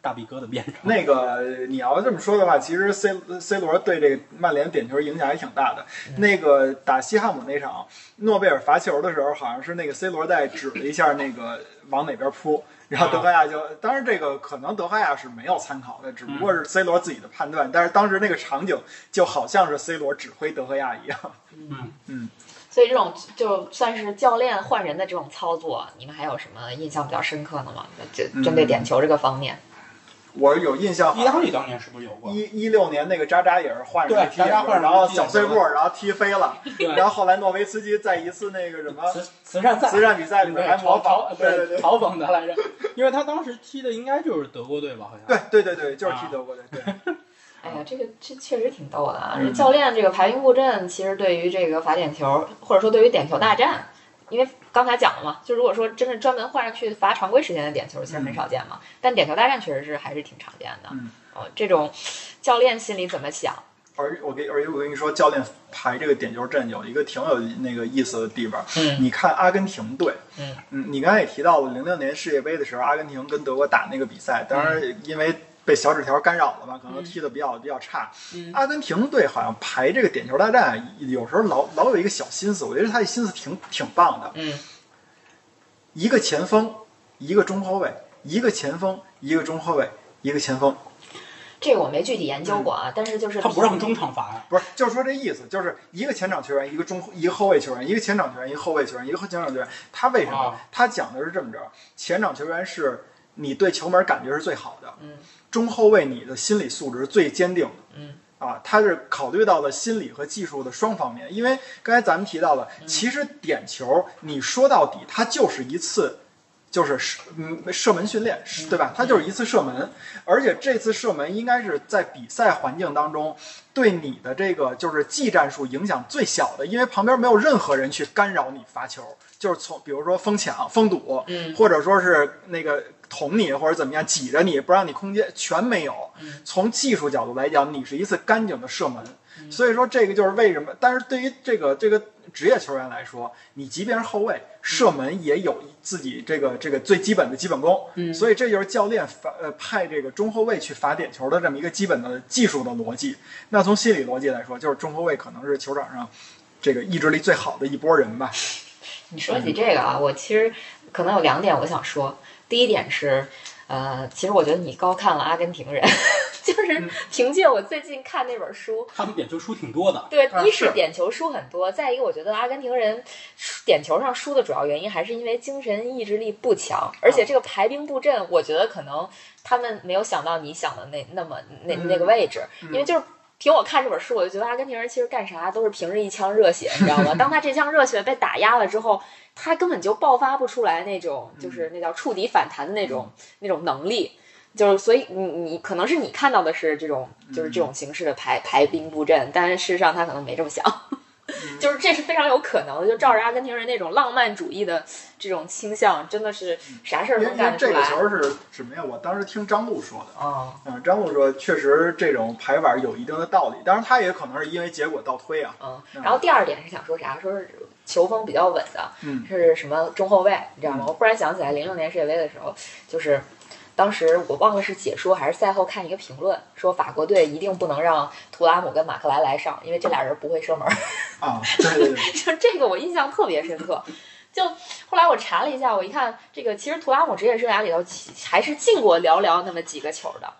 大 B 哥的边上。
那个你要这么说的话，其实 C C 罗对这个曼联点球影响还挺大的。
嗯
那个打西汉姆那场，诺贝尔罚球的时候，好像是那个 C 罗在指了一下那个往哪边扑，然后德赫亚就，当然这个可能德赫亚是没有参考的，只不
嗯
过是 C 罗自己的判断。但是当时那个场景就好像是 C 罗指挥德赫亚一样。 *laughs*
所以这种就算是教练换人的这种操作，你们还有什么印象比较深刻的吗？就针对点球这个方面，
我有印象，
意大利当年是不是有过？
一一六年那个渣渣也是换人
对
踢点球，
渣渣换人
然后
踢
小
点
碎
球
步，然后踢飞了，
对
然后后来诺维斯基在一次那个什么。
慈慈善
*laughs*
赛，啊
慈善比赛里面还
对嘲
模
嘲
仿，对
对
对对。
嘲讽他来着，因为他当时踢的应该就是德国队吧，好像。
啊对对对对，就是踢德国队。对，
哎呀，这个这确实挺逗的啊！这教练这个排兵布阵，其实对于这个罚点球，或者说对于点球大战，因为刚才讲了嘛，就如果说真是专门换上去罚常规时间的点球，其实很少见
嗯
嘛。但点球大战确实是还是挺常见的。
嗯
哦，这种教练心里怎么想？
而我跟而且我跟你说，教练排这个点球阵有一个挺有那个意思的地方。
嗯
你看阿根廷队，
嗯
你刚才也提到了零六年世界杯的时候，阿根廷跟德国打那个比赛，当然因为被小纸条干扰了嘛，可能踢的比较、比较差。
嗯
阿根廷队好像排这个点球大战，有时候老老有一个小心思，我觉得他的心思挺挺棒的。
嗯
一个前锋，一个中后卫，一个前锋，一个中后卫，一个前锋，
这个我没具体研究过啊，但是就是
他不让中场罚呀，
不是，就是说这意思，就是一个前场球员，一个中一个后卫球员，一个前场球员，一个后卫球员，一个后前场球员。他为什么
啊？
他讲的是这么着：前场球员是你对球门感觉是最好的，
嗯
中后卫你的心理素质是最坚定的。
嗯
啊，他是考虑到了心理和技术的双方面，因为刚才咱们提到了，其实点球你说到底，它就是一次，就是射嗯射门训练，是对吧？它就是一次射门，而且这次射门应该是在比赛环境当中对你的这个就是技战术影响最小的，因为旁边没有任何人去干扰你发球，就是从比如说封抢、封堵，
嗯
或者说是那个捅你或者怎么样挤着你不让你空间，全没有。从技术角度来讲，你是一次干净的射门。所以说这个就是为什么，但是对于这个这个职业球员来说，你即便是后卫，射门也有自己这个这个最基本的基本功。
嗯
所以这就是教练罚呃派这个中后卫去罚点球的这么一个基本的技术的逻辑。那从心理逻辑来说，就是中后卫可能是球场上这个意志力最好的一波人吧。
你说起这个啊，我其实可能有两点我想说。第一点是，呃，其实我觉得你高看了阿根廷人， *laughs* 就是凭借我最近看那本书，
他们点球输挺多的，
对，
啊
一是
是
点球输很多，再一个我觉得阿根廷人输点球上输的主要原因还是因为精神意志力不强，而且这个排兵布阵，我觉得可能他们没有想到你想的那那么那
嗯
那个位置，
嗯
因为就是。凭我看这本书，我就觉得阿根廷人其实干啥都是凭着一腔热血，你知道吗？当他这腔热血被打压了之后，他根本就爆发不出来那种，就是那叫触底反弹的那种、那种能力。就是所以你你可能是你看到的是这种就是
嗯
这种形式的排排兵布阵，但是事实上他可能没这么想，
嗯
*laughs* 就是这是非常有可能的。就照着阿根廷人那种浪漫主义的这种倾向，真的是啥事儿
嗯因
都
为因为
干得
这
出
个
来。
球是什么呀？我当时听张璐说的。
哦，
嗯，张璐说，确实这种排法有一定的道理，当然他也可能是因为结果倒推啊。
嗯。然后第二点是想说啥？说是球风比较稳的，
嗯
是什么中后卫，你知道吗？
嗯
我忽然想起来，零六年世界杯的时候，就是当时我忘了是解说还是赛后看一个评论，说法国队一定不能让图拉姆跟马克莱莱上，因为这俩人不会射门。
啊，对对对， *laughs*
*laughs* 就这个我印象特别深刻。就后来我查了一下，我一看这个，其实图拉姆职业生涯里头其还是进过寥寥那么几个球的，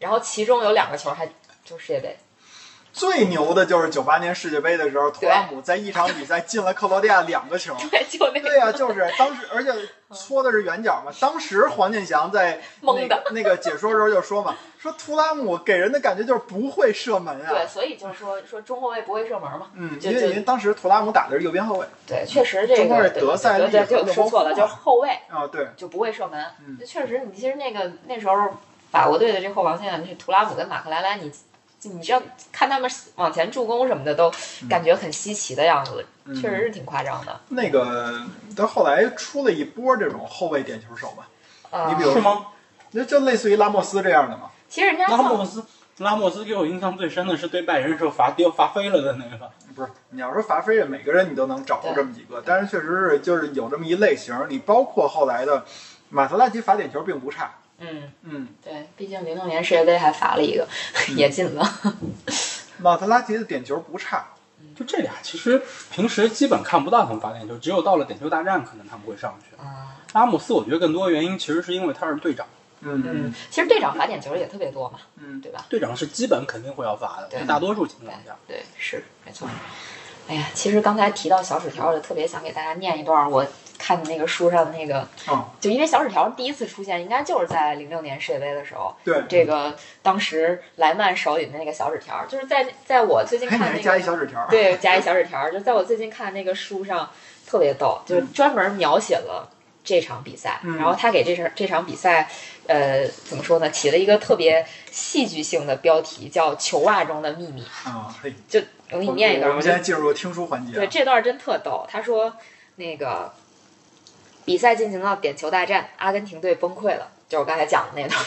然后其中有两个球还就世界杯， *laughs*
最牛的就是九八年世界杯的时候，图拉姆在一场比赛进了克罗地亚两个球。
对，就那个
对呀、就是当时，而且搓的是圆角嘛。当时黄健翔在那
懵的
个那个解说时候就说嘛，说图拉姆给人的感觉就是不会射门
对，
啊。
所以就是说说中后卫不会射门嘛，
嗯，
就
因为因为
就
当时图拉姆打的是右边后卫
对，确实这
中后
个
卫
对
德塞利
对对对，就
和
说错了，
包括
就是后卫
啊，对，
就不会射门
嗯，
就确实你其实那个那时候法国队的这后防线，这图拉姆跟马克莱莱，你你这样看他们往前助攻什么的，都感觉很稀奇的样子，
嗯
确实是挺夸张的。
那个他后来出了一波这种后卫点球手嘛，
呃
你比如
是吗？
那就类似于拉莫斯这样的嘛。
其实人家
拉
放
莫斯，拉莫斯给我印象最深的是对拜仁时候罚丢罚飞了的那个，
不是，你要说罚飞人，每个人你都能找着这么几个，但是确实是就是有这么一类型。你包括后来的马特拉齐罚点球并不差，
嗯，
嗯，
对，毕竟零六年世界杯还罚了一个，也进了。
马特拉齐的点球不差，
就这俩其实平时基本看不到他们罚点球，只有到了点球大战可能他们会上去。
啊，
拉莫斯我觉得更多原因其实是因为他是队长，
嗯
嗯， *laughs* 其实队长罚点球也特别多嘛，
嗯，
对吧？
队长是基本肯定会要罚的
对，
大多数情况下。
对，是没错。哎呀，其实刚才提到小纸条，我就特别想给大家念一段我看的那个书上的那个，
哦
就因为小纸条第一次出现，应该就是在零六年世界杯的时候。
对。
这个当时莱曼手里的那个小纸条，就是在在我最近
哎，
看
你
那
还
个
加一小纸条儿，
对，加一小纸条儿，就在我最近看那个书上特别逗，就是专门描写了这场比赛，
嗯
然后他给这场这场比赛，呃，怎么说呢？起了一个特别戏剧性的标题，叫“球袜中的秘密
啊，嘿，”。
就我给你念一段，
我们
觉
现
得
在进入听书环节啊。
对，这段真特逗。他说那个比赛进行到点球大战，阿根廷队崩溃了，就是我刚才讲的那段。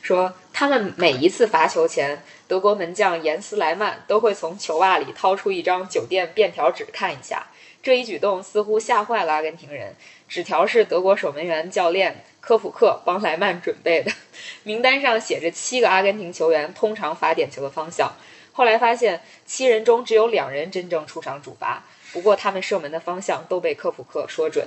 说他们每一次罚球前，德国门将延斯莱曼都会从球袜里掏出一张酒店便条纸看一下。这一举动似乎吓坏了阿根廷人。纸条是德国守门员教练科普克帮莱曼准备的， *laughs* 名单上写着七个阿根廷球员通常罚点球的方向。后来发现，七人中只有两人真正出场主罚，不过他们射门的方向都被科普克说准。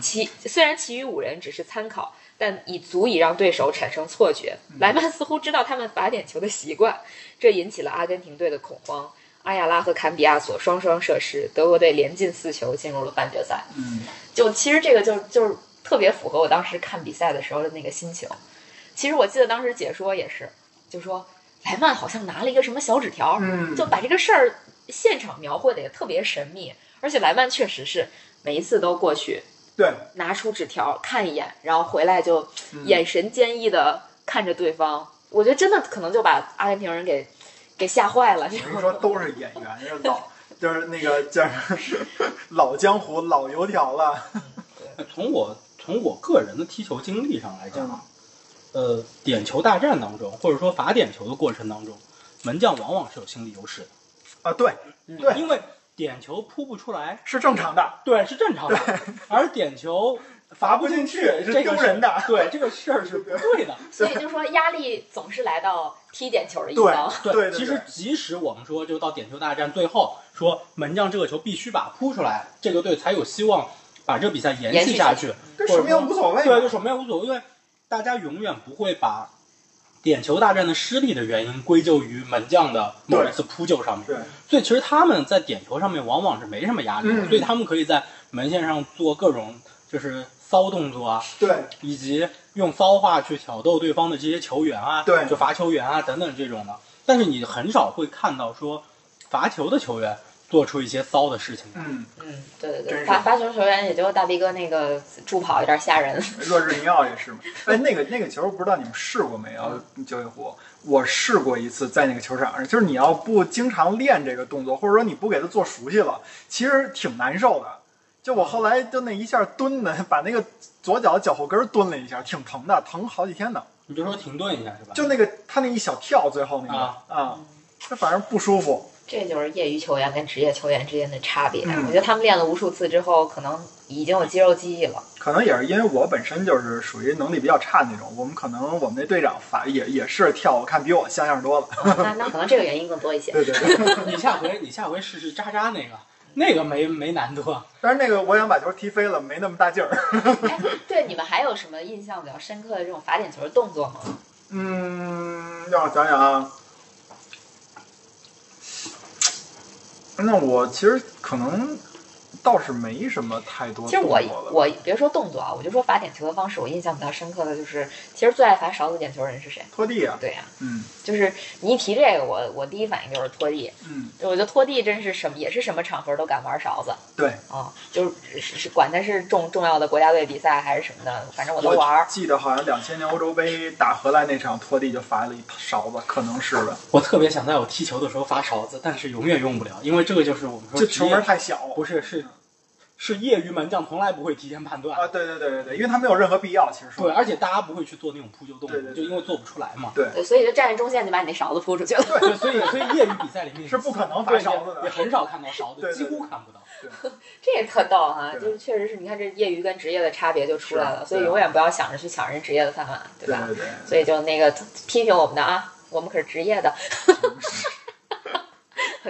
其虽然其余五人只是参考，但已足以让对手产生错觉。莱曼似乎知道他们罚点球的习惯，这引起了阿根廷队的恐慌。阿亚拉和坎比亚索双双射失，德国队连进四球进入了半决赛。
嗯，
就其实这个就就是特别符合我当时看比赛的时候的那个心情。其实我记得当时解说也是，就说莱曼好像拿了一个什么小纸条，
嗯
就把这个事儿现场描绘的也特别神秘，而且莱曼确实是每一次都过去
对，
拿出纸条看一眼，然后回来就
嗯
眼神坚毅的看着对方。我觉得真的可能就把阿根廷人给给吓坏了，你
我
知
跟你
道
说
吗？
都是演员，这老就是那个叫 *laughs* 什么老江湖、老油条了。
呃从我从我个人的踢球经历上来讲，啊
嗯
呃，点球大战当中，或者说罚点球的过程当中，门将往往是有心理优势的，
啊，对，对
因为点球扑不出来，
是正常的，
对，是正常的，而点球
*laughs* 罚
罚
不
不
进
进
去
去
是
这个
丢人的
事对，这个事儿是不对的。
*laughs* 所以就说压力总是来到踢点球的一
对
方。
对，
*laughs* 对对
其实即使我们说，就到点球大战最后，说门将这个球必须把扑出来，这个队才有希望把这个比赛延
延
续
续
下
下
去
去。
跟什么样无所谓嘛。
对，就守门员无所谓，因为大家永远不会把点球大战的失利的原因归咎于门将的某一次扑救上面。
对，
所以其实他们在点球上面往往是没什么压力的，
嗯
所以他们可以在门线上做各种就是骚动作啊，
对，
以及用骚话去挑逗对方的这些球员啊，
对
就罚球员啊等等这种的。但是你很少会看到说罚球的球员做出一些骚的事情。
嗯，
嗯，对对
真
对，
是
罚罚球球员也就大逼哥那个助跑有点吓人。 *laughs*
若日尼奥也是嘛。哎，那个那个球，不知道你们试过没啊有？九尾狐，我试过一次，在那个球场上，就是你要不经常练这个动作，或者说你不给它做熟悉了，其实挺难受的。就我后来就那一下蹲的，把那个左脚脚后跟蹲了一下，挺疼的，疼好几天呢。
你就说停顿一下是吧？
就那个他那一小跳，最后那个
啊
啊，他、反正不舒服。
这就是业余球员跟职业球员之间的差别。
嗯
我觉得他们练了无数次之后，可能已经有肌肉记忆
*laughs*
了。
可能也是因为我本身就是属于能力比较差那种，我们可能我们那队长反也也是跳，我看比我像样多了。
那那可能这个原因更多一些。
*laughs* 对对对，
你下回你下回试试渣渣那个，那个没没难度啊。
但是那个我想把球踢飞了，没那么大劲儿。
哎，对，你们还有什么印象比较深刻的这种罚点球的动作吗？
嗯，让我想想啊。嗯那我其实可能倒是没什么太多
其实
动
我
作了。
我别说动作啊，我就说罚点球的方式，我印象比较深刻的就是，其实最爱罚勺子点球的人是谁？
拖地啊，
对呀、
嗯
就是你一提这个，我我第一反应就是拖地。
嗯，
我觉得拖地真是什么也是什么场合都敢玩勺子。
对，
啊、就是是管他是重重要的国家队比赛还是什么的，反正我都玩
我
儿。
记得好像两千年欧洲杯打荷兰那场拖地就罚了一勺子，可能是吧，
我特别想在我踢球的时候发勺子，但是永远用不了，因为这个就是我们说
这
职
球
业
门太小。
不是是是业余门将从来不会提前判断，
啊，对对对对对，因为它没有任何必要，其实
对，
说
而且大家不会去做那种扑救动作，
对对对
就因为做不出来 *laughs* 嘛。
对
对，所以就站在中线就把你那勺子扑出去了。 *laughs*
对，所以所以业余比赛里面
是不可能
对
发勺子
也也
的。
很少看到勺子，
对对
几
对
乎看不 *laughs* 到。
这也特逗哈、
对
就是确实是你看这业余跟职业的差别就出来
是啊
了，所以
对
永远不要想着去抢人职业的饭碗，对
对
吧？
对对，
所以就那个批评我们的啊，我们可是职业的。 *laughs*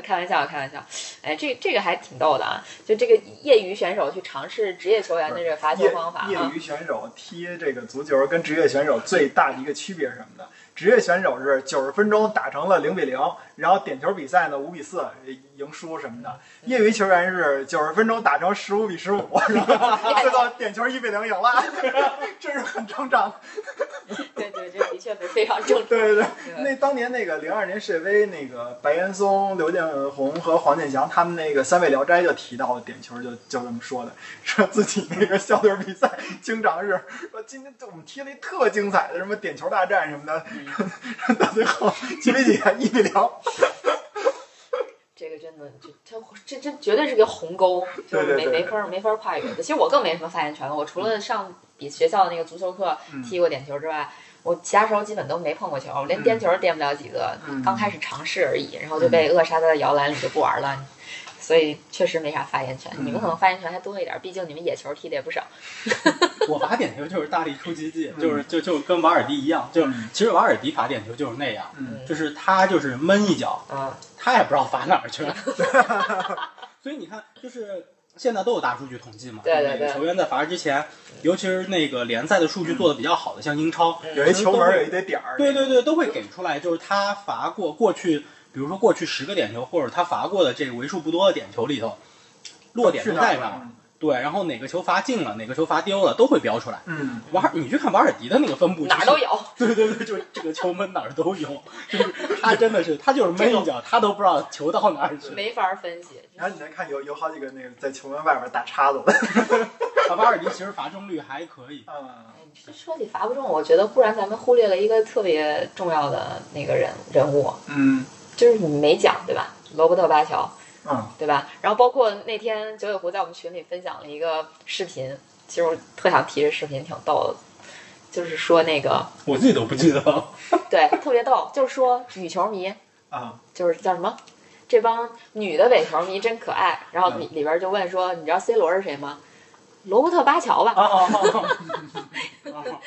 开玩笑，开玩笑，哎，这这个还挺逗的啊！就这个业余选手去尝试职业球员的这个罚球
业
方法
业
啊，
余选手踢这个足球跟职业选手最大的一个区别是什么呢？职业选手是九十分钟打成了零比零，然后点球比赛呢五比四赢输什么的。
嗯
业余球员是九十分钟打成十五比十五，然后最后点球一比零赢了， *laughs* 这是很正常的。
对对，这的确非非常正常。
*laughs* 对对对，
对
那当年那个零二年世界杯，那个白岩松、刘建宏和黄健翔他们那个三位聊斋就提到了点球就，就就这么说的，说自己那个校队比赛经常是说今天我们踢了一特精彩的什么点球大战什么的，
嗯
*laughs* 到最后几比几啊一比零，
这个真的，这这这这绝对是个鸿沟，就是
对
没
对对
没法没法跨越的。其实我更没什么发言权了，我除了上比学校的那个足球课
嗯
踢过点球之外，我其他时候基本都没碰过球，我连颠球都颠不了几个，
嗯
刚开始尝试而已，然后就被扼杀在摇篮里就不玩了。所以确实没啥发言权，
嗯
你们可能发言权还多一点，毕竟你们野球踢的也不少。
我罚点球就是大力出奇迹，
嗯
就是就就跟瓦尔迪一样，就
嗯
其实瓦尔迪罚点球就是那样，
嗯
就是他就是闷一脚，
嗯，
他也不知道罚哪儿去了。 *laughs* 所以你看，就是现在都有大数据统计嘛，
对
就
对
是
对
球员在罚之前，尤其是那个联赛的数据做的比较好的，像英超，
*laughs*
嗯
有一球门有一堆点儿，
对对对，都会给出来，就是他罚过过去，比如说过去十个点球，或者他罚过的这个为数不多的点球里头，落点
是
都
那
在
样
哪儿？
的，
对，然后哪个球罚进了，哪个球罚丢了，都会标出来。
嗯，
瓦尔，你去看瓦尔迪的那个分布，
哪儿都有，
对对对，就是这个球门哪儿都有，就是他真的是他就是闷一脚，他都不知道球到哪儿去。
没法分析。
然后你再看有有好几个那个在球门外边打叉子的，
啊瓦尔迪其实罚中率还可以，
嗯，
哎这说起罚不中，我觉得不然咱们忽略了一个特别重要的那个人人物，
*laughs* 嗯
就是你没讲对吧？罗伯特巴乔，
嗯，
对吧？然后包括那天九尾狐在我们群里分享了一个视频，其实我特想提这视频挺逗的，就是说那个
我自己都不记得了。
对特别逗，就是说女球迷
啊，
就是叫什么？这帮女的伪球迷真可爱。然后里
嗯
里边就问说，你知道 C 罗是谁吗？罗伯特巴乔吧？
啊啊啊！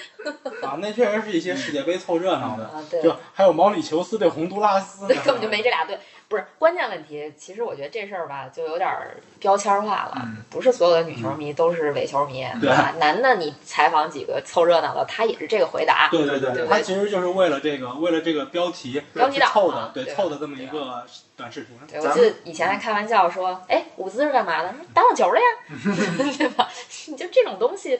啊，那确实是一些世界杯凑热闹的，
啊，对，
就还有毛里求斯对洪都拉斯
*laughs*
呢，
对，根本就没这俩队。不是关键问题，其实我觉得这事儿吧，就有点儿标签化了。
嗯
不是所有的女球迷都是伪球迷，
对
吧？男的你采访几个凑热闹的，他也是这个回答。
对对
对
对，
对
他其实就是为了这个，为了这个标题
标题党
凑
啊
的，对
对
凑的这么一个短视频。
对，
咱
我
们
记得以前还开玩笑说，哎，伍兹是干嘛的？说打网球的
*laughs*
呀， *laughs* 对吧？你就这种东西，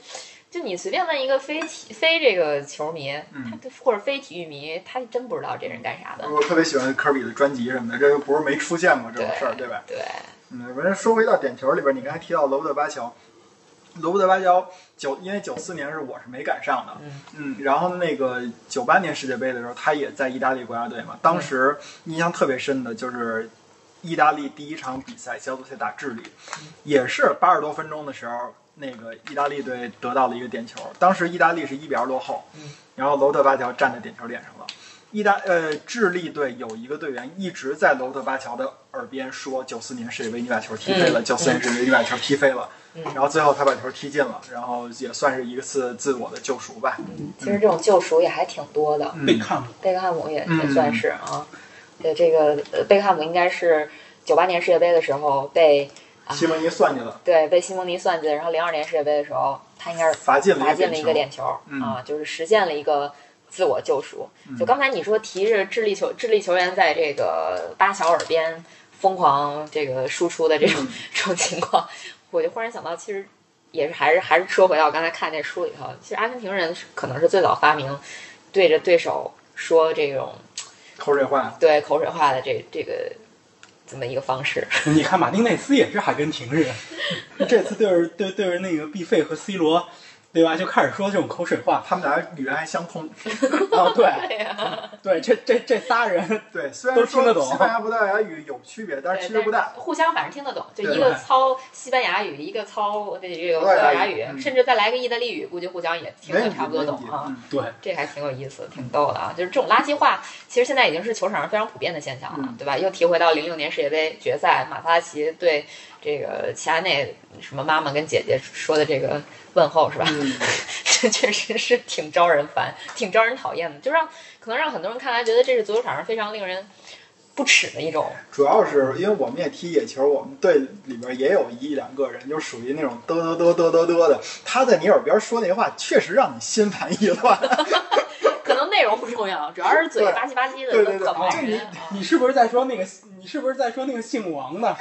就你随便问一个非体非这个球迷，
嗯
他或者非体育迷，他真不知道这人干啥的。
我特别喜欢科比的专辑什么的，这又不是没出现过这种事儿，对吧？
对，
嗯，反正说回到点球里边，你刚才提到罗伯特巴乔，罗伯特巴乔九，因为九四年是我是没赶上的，
嗯
嗯，然后那个九八年世界杯的时候，他也在意大利国家队嘛，当时印象特别深的就是意大利第一场比赛小组赛打智利，也是八十多分钟的时候，那个意大利队得到了一个点球，当时意大利是一比二落后
嗯，
然后罗伯特巴乔站在点球点上了。意大呃，智利队有一个队员一直在罗伯特巴乔的耳边说：“九四年世界杯你把球踢飞了，九四年世界杯你把球踢飞了。
嗯
然后最后他把球踢进了，然后也算是一次自我的救赎吧。
嗯
其实这种救赎也还挺多的。
被看过，
贝克汉姆也也
嗯
算是啊，对，这个呃贝克汉姆应该是九八年世界杯的时候被啊
西蒙尼算计了，
对被西蒙尼算计，然后零二年世界杯的时候他应该是
罚进了
罚进了
点
一
球。
个点球、
嗯
啊，就是实现了一个自我救赎。
嗯
就刚才你说提着智利球智利球员在这个巴乔耳边疯狂这个输出的这
嗯
种、 *laughs* 这种情况，我就忽然想到，其实也是还是还是说回到我刚才看那书里头，其实阿根廷人是可能是最早发明对着对手说这种
口水话，
对口水话的这这个这么一个方
*laughs*
式。
你看马丁内斯也是阿根廷人，这次对着对对着那个毕费和 C 罗，对吧？就开始说这种口水话
他们俩语言还相通。
啊，对
对呀、
对，这这这仨人
对，虽
都
然
听得
说
懂
西班牙葡萄牙语有区别，但是
对
区别不大。
互相反正听得懂，就
对
一个操西班牙语，一个操这这个葡
葡萄
萄
牙
牙
语
语，
嗯
甚至再来个意大利语，估计互相也听
没
得
问题，
差不多
没
懂
问题
啊。。
嗯
对
这还挺有意思，挺逗的啊！就是这种垃圾话，其实现在已经是球场上非常普遍的现象了，
嗯
对吧？又提回到零六年世界杯决赛，马萨奇对这个齐达内什么妈妈跟姐姐说的这个问候，是吧？
嗯，
这确实 *laughs* 是挺招人烦，挺招人讨厌的，就让可能让很多人看来觉得这是足球场上非常令人不齿的一种。
主要是因为我们也踢野球，我们队里边也有一两个人，就属于那种嘚嘚嘚嘚嘚嘚的，他在你耳边说那话，确实让你心烦意乱。
*laughs* 可能内容不重要，主要是嘴
对
吧唧吧唧的，
对对对
可怕
就
人
你
啊！
你是不是在说那个？你是不是在说那个姓王的？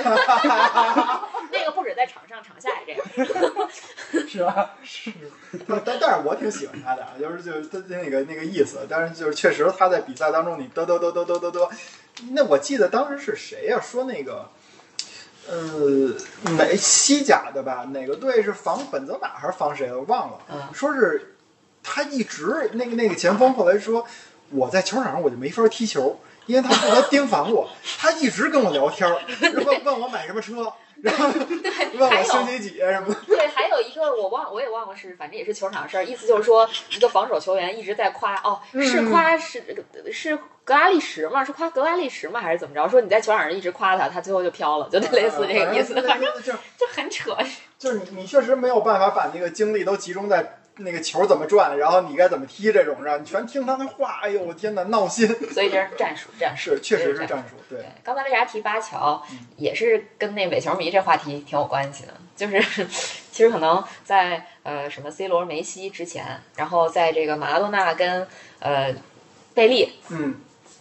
那个不止在场上，场下也这样。
*laughs* 是吧？
但但但是我挺喜欢他的，啊就是就是他那个那个意思，但是就是确实他在比赛当中你嘚嘚嘚嘚嘚嘚嘚，那我记得当时是谁呀、说那个。呃，哪西甲的吧？哪个队是防本泽马还是防谁的？我忘了。
嗯
说是他一直那个那个前锋后来说，我在球场上我就没法踢球，因为他负责盯防我，他一直跟我聊天儿，问问我买什么车，然
*laughs*
后问
还
我
有
星期几什么的。
*laughs* 对，还有一个我忘，我也忘了是，反正也是球场事儿，意思就是说，一个防守球员一直在夸，哦，是夸是是格拉利什吗？是夸格拉利什吗？还是怎么着？说你在球场上一直夸他，他最后就飘了，就那类似这个意思，嗯反正
正
*laughs* 就很扯。
就是你你确实没有办法把那个精力都集中在那个球怎么转，然后你该怎么踢这种上，你全听他的话，哎呦我天哪，闹心！
所以这是战术，战术。
是，确实是战术，对
对，，刚才为啥提巴乔
嗯，
也是跟那伪球迷这话题挺有关系的。就是 *laughs* 其实可能在呃什么 C 罗、梅西之前，然后在这个马拉多纳跟呃贝利
嗯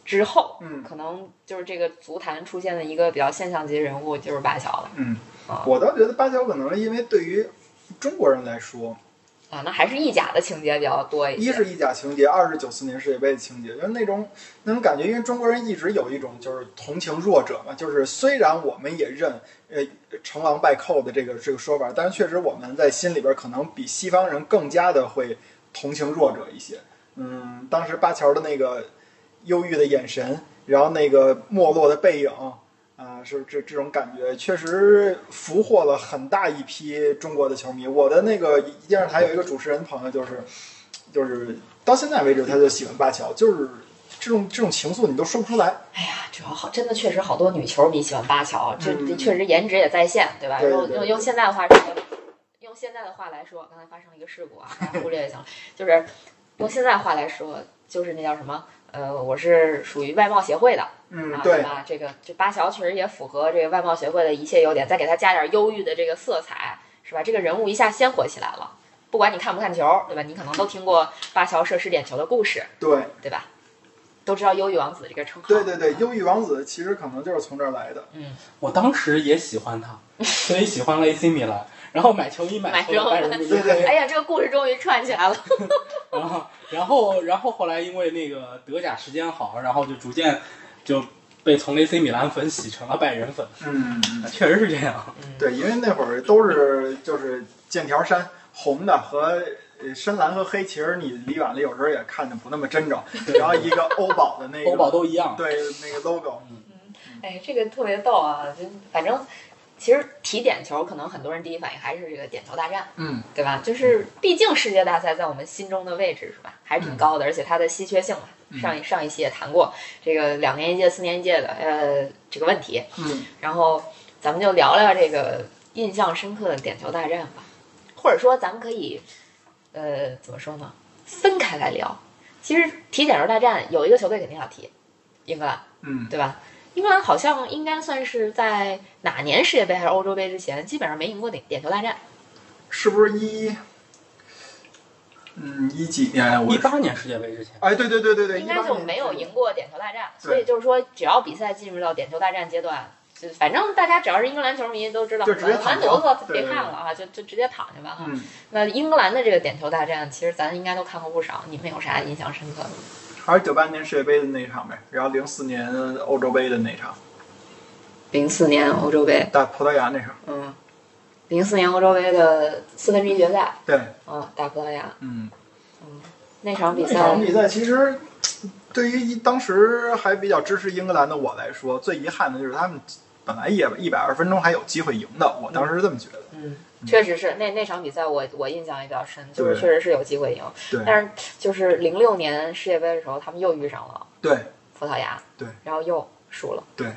之后，
嗯
可能就是这个足坛出现的一个比较现象级的人物就是巴乔了
嗯，
啊
我倒觉得巴乔可能是因为对于中国人来说，
啊，那还是意甲的情节比较多一
一
些。
是意甲情节，二是九四年世界杯的情节，就是那种那种感觉，因为中国人一直有一种就是同情弱者嘛，就是虽然我们也认呃成王败寇的这个这个说法，但是确实我们在心里边可能比西方人更加的会同情弱者一些。嗯，当时巴乔的那个忧郁的眼神，然后那个没落的背影。啊、是这这种感觉，确实俘获了很大一批中国的球迷。我的那个电视台有一个主持人朋友，就是就是到现在为止，他就喜欢巴乔，就是这种这种情愫你都说不出来。
哎呀，主要好，真的确实好多女球迷喜欢巴乔，这
嗯
这确实颜值也在线，对吧？
对对
用
对
用用现在的话说，用现在的话来说，刚才发生了一个事故
*laughs*
啊，大家忽略就行了。就是用现在话来说，就是那叫什么？呃，我是属于外贸协会的，
嗯
啊，
对，
吧？这个这巴乔确实也符合这个外贸协会的一切优点，再给他加点忧郁的这个色彩，是吧？这个人物一下鲜活起来了。不管你看不看球，对吧？你可能都听过巴乔射十点球的故事，
对，
对吧？都知道“忧郁王子”这个称号。
对对对，忧郁王子其实可能就是从这儿来的。
我当时也喜欢他，所以喜欢了 AC 米兰，然后买球衣买错了拜仁慕尼
对对
黑，
哎呀，这个故事终于串起来了。
然后然后然后后来因为那个德甲时间好，然后就逐渐就被从 AC 米兰粉洗成了拜仁粉，
嗯，
确实是这样。
对，因为那会儿都是就是剑条衫红的和。呃深蓝和黑，其实你离远了，有时候也看着不那么真 *laughs* 着。然后一个欧宝的那个，
欧宝都一样，
对那个 logo，
哎，这个特别逗啊！就反正其实提点球，可能很多人第一反应还是这个点球大战，
嗯，
对吧？就是毕竟世界大赛在我们心中的位置是吧，还是挺高的，而且它的稀缺性嘛。上一上一期也谈过这个两年一届、四年一届的呃这个问题，
嗯，
然后咱们就聊聊这个印象深刻的点球大战吧，或者说咱们可以呃怎么说呢，分开来聊。其实提点球大战有一个球队肯定要提，英格兰。
嗯，
对吧？英格兰好像应该算是在哪年世界杯还是欧洲杯之前，基本上没赢过点点球大战。
是不是一，嗯，一几年啊？我
一八年世界杯之前，
哎，对对对对对，
应该就没有
18年
赢过点球大战。
对
所以就是说，只要比赛进入到点球大战阶段，就反正大家只要是英格兰球迷都知道，
就直接
完完
躺
犊
平
子别
对对
看了啊，就就直接躺下吧啊。
嗯，
那英格兰的这个点球大战，其实咱应该都看过不少，你们有啥印象深刻的吗？
还是九八年世界杯的那场呗，然后零四年欧洲杯的那场，
零四年欧洲杯，
打葡萄牙那场。
嗯，零四年欧洲杯的四分之一决赛，
对，
嗯，打葡萄牙
嗯，
那场比
那
赛，
场比赛其实对于当时还比较支持英格兰的我来说，最遗憾的就是他们本来也一百二十分钟还有机会赢的，我当时是这么觉得。
嗯，确实是那那场比赛我，我印象也比较深，就是
对
确实是有机会赢，
对
但是就是零六年世界杯的时候，他们又遇上了
对
葡萄牙，
对，
然后又输了，
对，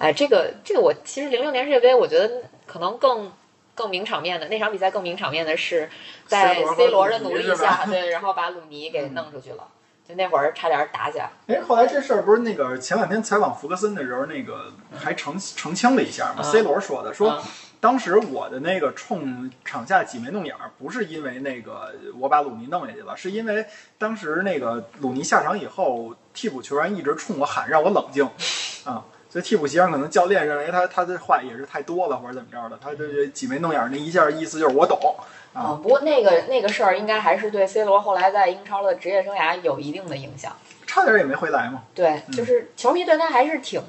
哎，这个这个我其实零六年世界杯，我觉得可能更更名场面的那场比赛更名场面的是在
C 罗和
C 罗的
鲁尼
努力
是吧
下，对，然后把鲁尼给弄出去了，
嗯
就那会儿差点打起来，
哎，后来这事儿不是那个前两天采访福格森的时候，那个还澄澄清了一下嘛、
嗯
c 罗说的，说、啊
嗯
当时我的那个冲场下挤眉弄眼儿，不是因为那个我把鲁尼弄下去了，是因为当时那个鲁尼下场以后，替补球员一直冲我喊让我冷静，啊、所以替补席上可能教练认为他他的话也是太多了或者怎么着的，他这挤眉弄眼儿那一下意思就是我懂，啊
嗯，不过那个那个事儿应该还是对 C 罗后来在英超的职业生涯有一定的影响。
差点也没回来嘛。
对，
嗯
就是球迷对他还是挺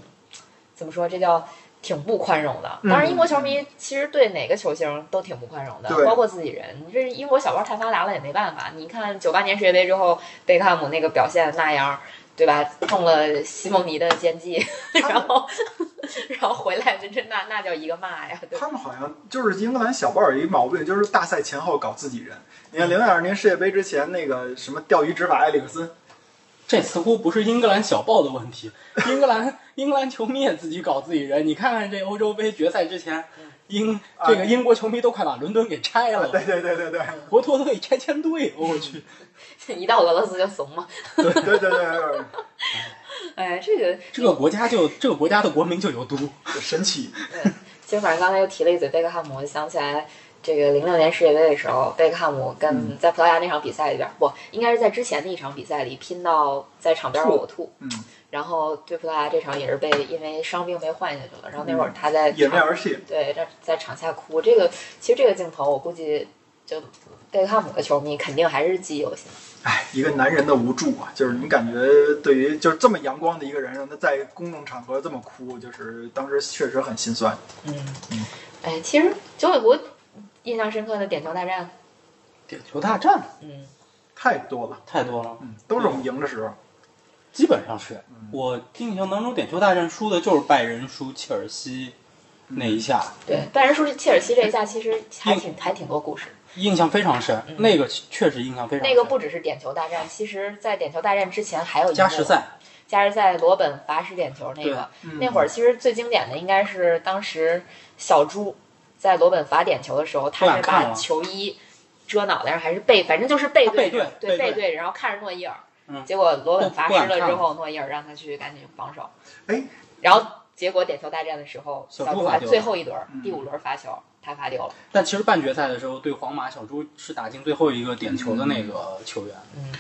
怎么说，这叫挺不宽容的。
嗯
当然，英国球迷其实对哪个球星都挺不宽容的，
对
包括自己人。你这英国小报太发达了也没办法。你看九八年世界杯之后，贝克汉姆那个表现那样。对吧？中了西蒙尼的奸计，然后，然后回来，这这那那叫一个骂呀！对吧
他们好像就是英格兰小报有一毛病，就是大赛前后搞自己人。你看零二年世界杯之前那个什么钓鱼执法埃里克森，
这似乎不是英格兰小报的问题，英格兰英格兰球迷也自己搞自己人。你看看这欧洲杯决赛之前，英
啊
这个英国球迷都快把伦敦给拆了，
对嗯对对对对
活脱脱给拆迁队。我去，
一到俄罗斯就怂嘛。
对对对对，
哎，这个
这个国家就这个国家的国民就有毒。
对神奇。
其实反正刚才又提了一嘴贝克汉姆，我就想起来这个零六年世界杯的时候，贝克汉姆跟在葡萄牙那场比赛里边，不应该是在之前的一场比赛里拼到在场边呕吐，
嗯，
然后对葡萄牙这场也是被因为伤病被换下去了，然后那会儿他在
掩面
场
而泣。
对在在场下哭，这个其实这个镜头我估计就贝克汉姆的球迷肯定还是记忆犹新。
哎，一个男人的无助啊，就是你感觉对于就是这么阳光的一个人，让他在公众场合这么哭，就是当时确实很心酸。
嗯，哎，其实九尾狐印象深刻的点球大战，
点球大战
嗯，
太多了，
太多了，
嗯，都是我们赢的时候。
基本上是
嗯
我印象当中点球大战输的就是拜仁输切尔西
嗯
那一下，
对，拜仁输切尔西这一下其实还
嗯
挺还挺多故事。
印象非常深。
嗯
那个确实印象非常深。
那个不只是点球大战，其实，在点球大战之前还有一幕
加时，赛，
加时赛罗本罚失点球那
对
个，
嗯
那会儿其实最经典的应该是当时小猪在罗本罚点球的时候，
不
他
敢
是
看
把
了
球衣遮脑袋上还是背，反正就是背
他背
对着
对
对
背对
对着，然后看着诺伊尔，
嗯
结果罗本
不
罚
不
失
敢
了
看
之
了
后，诺伊尔让他去赶紧防守，
哎，
然后结果点球大战的时候，
小
小
猪
猪
罚
还
丢了
最后一轮儿
嗯
第五轮罚球他罚丢了，
但其实半决赛的时候对皇马，小猪是打进最后一个点球的
嗯
那个球员。
嗯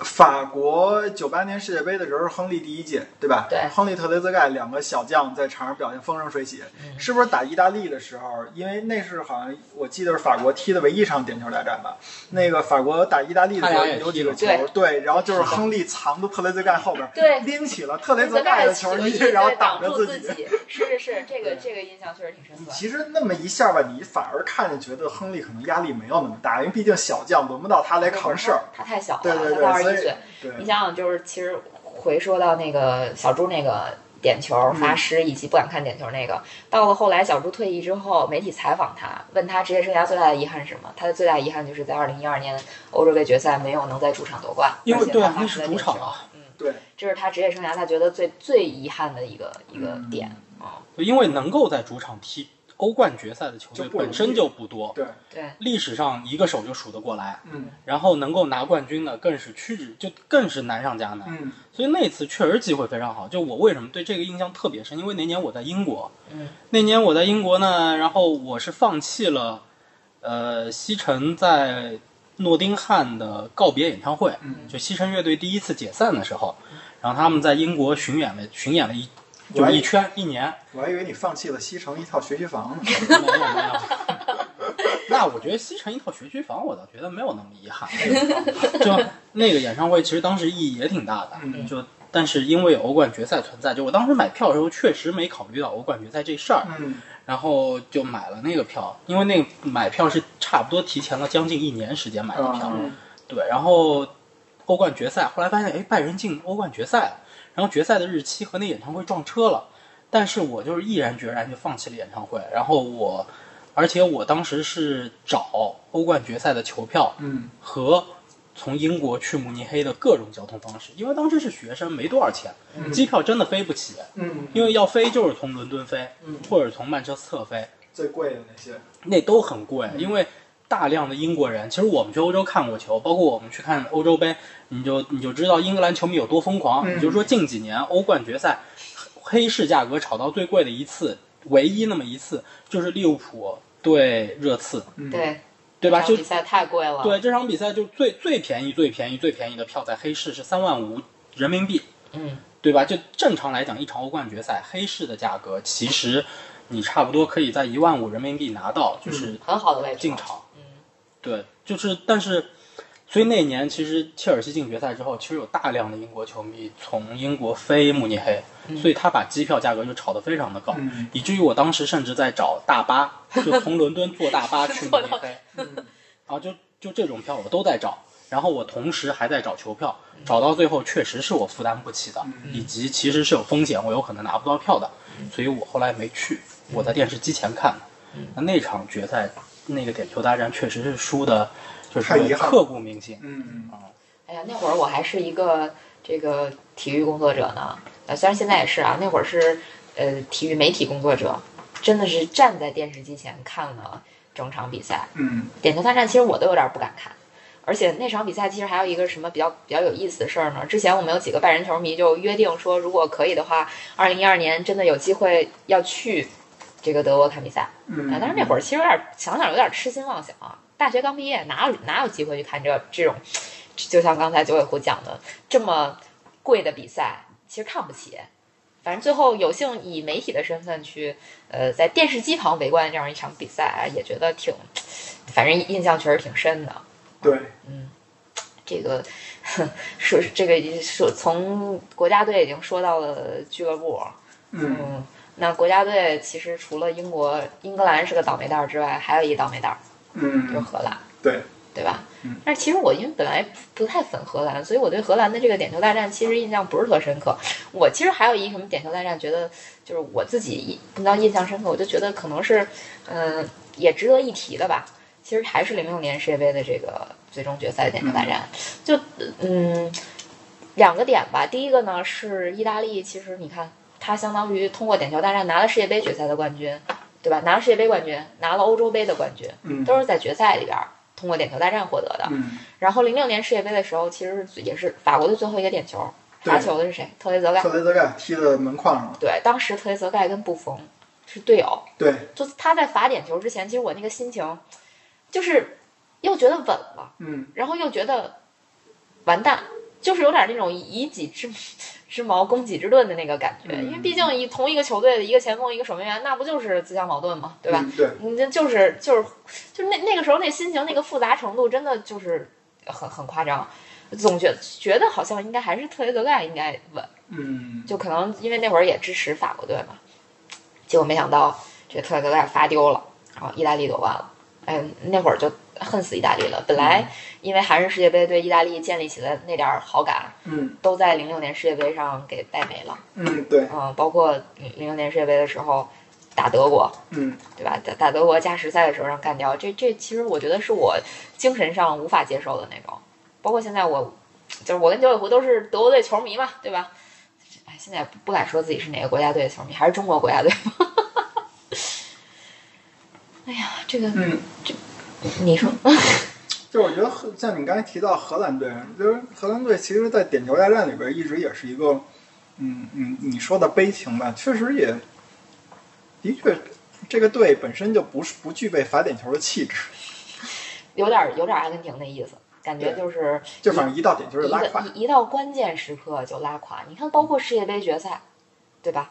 法国九八年世界杯的时候是亨利第一届，对吧？
对
亨利、特雷泽盖两个小将在场上表现风生水起，
嗯
是不是打意大利的时候？因为那是好像我记得是法国踢的唯一一场点球大战吧？那个法国打意大利的时
他
候
俩也踢了
有几个球，
对
对，然后就是亨利藏到特雷泽盖后边，
对
拎起了特雷泽盖的球
球衣，
然后
对挡
挡着
住
自己。 *laughs*
己，是是是，这个
对
这个印象确实挺深刻。
其实那么一下吧，你反而看着觉得亨利可能压力没有那么大，因为毕竟小将轮不到他来扛事儿。
他太小了，
对对
他才二十
对，所
一
以
岁。你
对，
想想，就是其实回说到那个小猪那个点球
嗯
罚失以及不敢看点球那个，到了后来小猪退役之后，媒体采访他，问他职业生涯最大的遗憾是什么？他的最大遗憾就是在二零一二年欧洲杯决赛没有能在主场夺冠，
因为
而且
对啊
他罚失了
那是主场啊
点球嗯，
对，
这是他职业生涯他觉得最最遗憾的一个一个
嗯
点。啊。
因为能够在主场踢欧冠决赛的球队
就不容易
本身就不多，
对，
对，
历史上一个手就数得过来。
嗯
然后能够拿冠军的更是屈指，就更是难上加难。
嗯。
所以那次确实机会非常好。就我为什么对这个印象特别深，因为那年我在英国，
嗯
那年我在英国呢，然后我是放弃了，呃，西城在诺丁汉的告别演唱会，
嗯
就西城乐队第一次解散的时候，然后他们在英国巡演了，巡演了一
我
就
还
一圈一
*laughs*
年， *laughs*
我还以为你放弃了西城一套学区房呢。
没有没有。那我觉得西城一套学区房，我倒觉得没有那么遗憾。 *laughs* 就那个演唱会，其实当时意义也挺大的。
嗯
就但是因为有欧冠决赛存在，就我当时买票的时候确实没考虑到欧冠决赛这事儿，
嗯
然后就买了那个票，因为那个买票是差不多提前了将近一年时间买的票。
嗯
对，然后欧冠决赛，后来发现哎，拜仁进欧冠决赛了，然后决赛的日期和那演唱会撞车了，但是我就是毅然决然就放弃了演唱会，然后我，而且我当时是找欧冠决赛的球票
嗯
和从英国去慕尼黑的各种交通方式，因为当时是学生，没多少钱，
嗯
机票真的飞不起，
嗯，
因为要飞就是从伦敦飞，或者从曼彻斯特飞，
最贵的那些，
那都很贵，
嗯
因为大量的英国人，其实我们去欧洲看过球，包括我们去看欧洲杯，你就你就知道英格兰球迷有多疯狂。
嗯
你就说近几年欧冠决赛，黑市价格炒到最贵的一次，唯一那么一次就是利物浦对热刺，
嗯，
对，
对吧？
这
就
场比赛啊太贵了。
对这场比赛就最最便宜最便宜最便宜的票在黑市是三万五人民币，
嗯，
对吧？就正常来讲，一场欧冠决赛黑市的价格，其实你差不多可以在一万五人民币拿到，就是
很好的位置。
进场。
嗯，
对，就是但是，所以那年其实切尔西进决赛之后，其实有大量的英国球迷从英国飞慕尼黑，
嗯
所以他把机票价格就炒得非常的高，
嗯
以至于我当时甚至在找大
*laughs*
巴，就从伦敦坐大巴去慕
坐
尼
到
黑，
嗯
啊，就就这种票我都在找，然后我同时还在找球票，找到最后确实是我负担不起的，以及其实是有风险，我有可能拿不到票的，所以我后来没去，我在电视机前看的。那那场决赛，那个点球大战确实是输的，就
太遗
是
憾了
刻骨铭心。
嗯，
哎呀，那会儿我还是一个这个体育工作者呢，呃，虽然现在也是啊，那会儿是呃体育媒体工作者，真的是站在电视机前看了整场比赛。
嗯
点球大战其实我都有点不敢看，而且那场比赛其实还有一个什么比较比较有意思的事儿呢？之前我们有几个拜仁球迷就约定说，如果可以的话，二零一二年真的有机会要去这个德国看比赛。
嗯
啊，但是那会儿其实有点想想有点痴心妄想啊，大学刚毕业哪有哪有机会去看这这种，就像刚才九尾狐讲的这么贵的比赛，其实看不起。反正最后有幸以媒体的身份去，呃，在电视机旁围观这样一场比赛，也觉得挺，反正印象确实挺深的。
对，
这个说这个已经说从国家队已经说到了俱乐部，
嗯
嗯，那国家队其实除了英国、英格兰是个倒霉蛋儿之外，还有一倒霉蛋儿就是
嗯
荷兰，
对，
对吧？
嗯
但是其实我因为本来不不太粉荷兰，所以我对荷兰的这个点球大战其实印象不是特深刻。我其实还有一什么点球大战，觉得就是我自己印不知道印象深刻，我就觉得可能是，嗯、也值得一提的吧。其实还是零六年世界杯的这个最终决赛点球大战，就嗯，两个点吧。第一个呢是意大利，其实你看，它相当于通过点球大战拿了世界杯决赛的冠军，对吧？拿了世界杯冠军，拿了欧洲杯的冠军，
嗯
都是在决赛里边儿通过点球大战获得的。
嗯
然后零六年世界杯的时候，其实是也是法国队最后一个点球，
对
罚球的是谁？特雷泽盖
特。雷泽盖踢到门框上了，
对，当时特雷泽盖跟布冯是队友，
对，
就他在罚点球之前，其实我那个心情就是又觉得稳了，
嗯
然后又觉得完蛋，就是有点那种以己之之矛攻己之盾的那个感觉。
嗯
因为毕竟一同一个球队的一个前锋一个守门员，那不就是自相矛盾嘛，对吧？
嗯对，
你这就是就是就是那那个时候那心情那个复杂程度真的就是很很夸张，总觉觉得好像应该还是特雷泽盖应该稳，
嗯
就可能因为那会儿也支持法国队嘛，结果没想到这特雷泽盖发丢了，然后意大利夺冠了，哎，那会儿就恨死意大利了。本来因为韩日世界杯对意大利建立起的那点儿好感，
嗯
都在零六年世界杯上给败没了，
嗯对，
嗯，包括零六年世界杯的时候打德国，
嗯
对吧？打打德国加时赛的时候让干掉，这这其实我觉得是我精神上无法接受的那种。包括现在我，就是我跟九尾狐都是德国队球迷嘛，对吧？哎，现在也不不敢说自己是哪个国家队的球迷，还是中国国家队。 *laughs* 哎呀，这个
嗯，
你说， *laughs*
就我觉得荷像你刚才提到荷兰队，就是荷兰队其实，在点球大战里边一直也是一个，嗯嗯，你说的悲情吧，确实也，的确，这个队本身就不是不具备罚点球的气质，
有点有点阿根廷那意思，感觉就是
就反正一到点球就
一
拉
个
胯。
一一到关键时刻就拉垮。你看，包括世界杯决赛，对吧？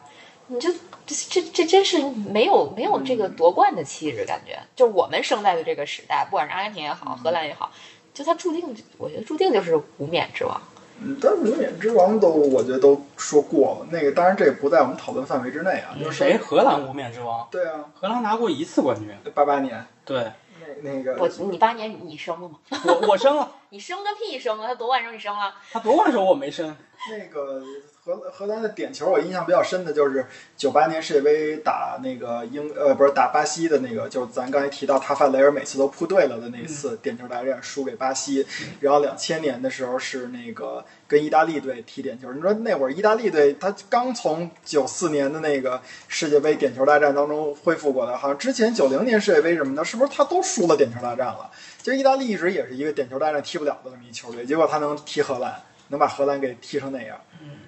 你就这这这真是没有没有这个夺冠的气质，感觉就我们生在的这个时代，不管是阿根廷也好，荷兰也好，就它注定，我觉得注定就是无冕之王。
嗯，但是无冕之王都我觉得都说过了，那个当然这也不在我们讨论范围之内啊，就
嗯
是
谁？荷兰无冕之王？
对啊，
荷兰拿过一次冠军。
八八年
对
那那个
我你八年你生了吗？
我，我生了，
你生个屁生啊！他夺冠时候你生了，
他夺冠时候我没生。
*laughs* 那个荷荷兰的点球，我印象比较深的就是九八年世界杯打那个英呃不是打巴西的那个，就是咱刚才提到塔法雷尔每次都扑对了的那一次点球大战输给巴西。然后两千年的时候是那个跟意大利队踢点球，你说那会儿意大利队他刚从九四年的那个世界杯点球大战当中恢复过来，好像之前九零年世界杯什么的，是不是他都输了点球大战了？其实意大利一直也是一个点球大战踢不了的那么一球队，结果他能踢荷兰。能把荷兰给踢成那样。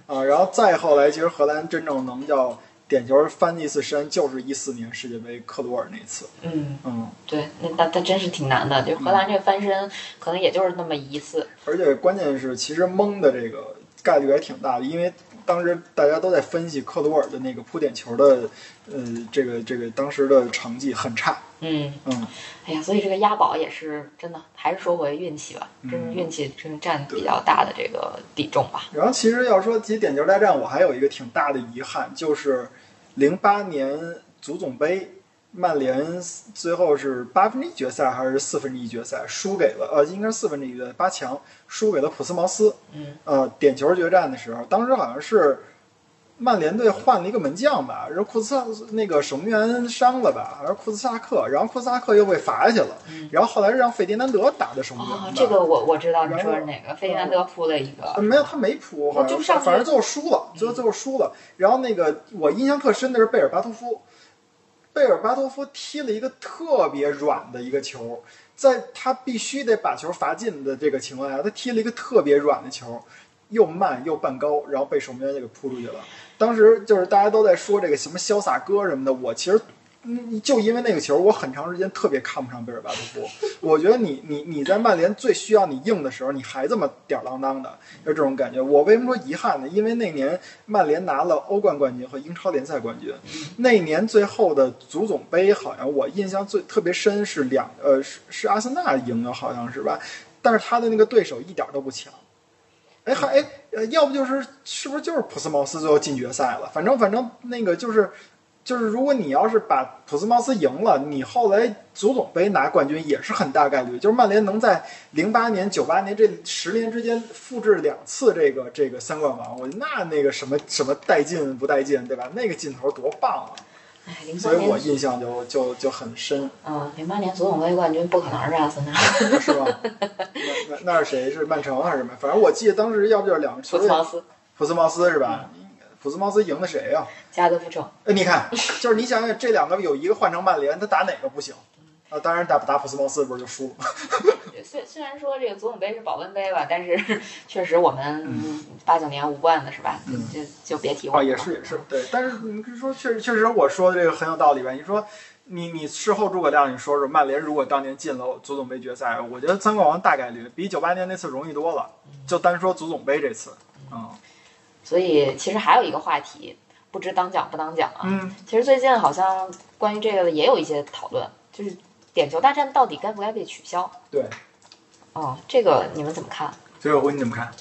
啊，然后再后来，其实荷兰真正能叫点球翻一次身，就是一四年世界杯克鲁尔那次。
嗯，
嗯，
对，那他他真是挺难的，就荷兰这个翻身可能也就是那么一次，
而且关键是，其实蒙的这个概率还挺大的，因为当时大家都在分析克鲁尔的那个扑点球的，呃，这个这个当时的成绩很差，
嗯，
嗯，
哎呀，所以这个押宝也是真的，还是说回运气吧，真是
嗯
运气真的占比较大的这个比重吧。
然后其实要说提点球大战，我还有一个挺大的遗憾，就是零八年足总杯，曼联最后是八分之一决赛还是四分之一决赛输给了呃，应该是四分之一决赛八强输给了普斯茅斯。
嗯，
呃，点球决战的时候，当时好像是曼联队换了一个门将吧，然后库兹萨那个守门员伤了吧，还是库兹萨克，然后库兹萨克又被罚下去了，然后后来让费迪南德打的守门员吧。
嗯哦，这个我我知道你说是哪个，费迪南德扑了一
呃
个，
没有，他没扑，好像
就上去嗯
反正最后输了，最后最后输了。然后那个我印象特深的是贝尔巴托夫，贝尔巴托夫踢了一个特别软的一个球，在他必须得把球罚进的这个情况下，他踢了一个特别软的球，又慢又半高，然后被守门员就给扑出去了。当时就是大家都在说这个什么潇洒哥什么的，我其实。嗯，就因为那个球，我很长时间特别看不上贝尔巴托夫。我觉得你你你在曼联最需要你硬的时候，你还这么吊儿郎当的，就这种感觉。我为什么说遗憾呢？因为那年曼联拿了欧冠冠军和英超联赛冠军，那年最后的足总杯好像我印象最特别深是两呃是是阿森纳赢了，好像是吧？但是他的那个对手一点都不强。哎，还哎，呃要不就是是不是就是普斯茅斯最后进决赛了？反正反正那个就是就是，如果你要是把普斯茅斯赢了，你后来足总杯拿冠军也是很大概率。就是曼联能在零八年、九八年这十年之间复制两次这个这个三冠王，我那那个什么什么带劲不带劲，对吧？那个劲头多棒啊！
哎，零八
所以我
年，
印象就 *laughs* 就就很深，
嗯，零八年足总杯冠军不可能是阿森纳，
是吧？那那那是谁？是曼城还是什么？反正我记得当时要不就是两个球
普斯
队，
茅斯
普斯茅斯是吧？普斯茅斯赢的谁呀、
加德不成，
哎，你看，就是你想想，这两个有一个换成曼联，他打哪个不行？啊，当然打打普斯茅斯不是就输了？
虽虽然说这个足总杯是保温杯吧，但是 *laughs* 确实我们八九年无冠的是吧？就
嗯
就就别提我
啊，
们了
也是也是，对。但是你是说，确实确实，我说的这个很有道理吧？你说你你事后诸葛亮，你说说曼联如果当年进了足总杯决赛，我觉得三冠王大概率比九八年那次容易多了。就单说足总杯这次，嗯
所以其实还有一个话题，不知当讲不当讲啊。
嗯，
其实最近好像关于这个的也有一些讨论，就是点球大战到底该不该被取消？
对。
哦，这个你们怎么看？
所以我问你怎么看？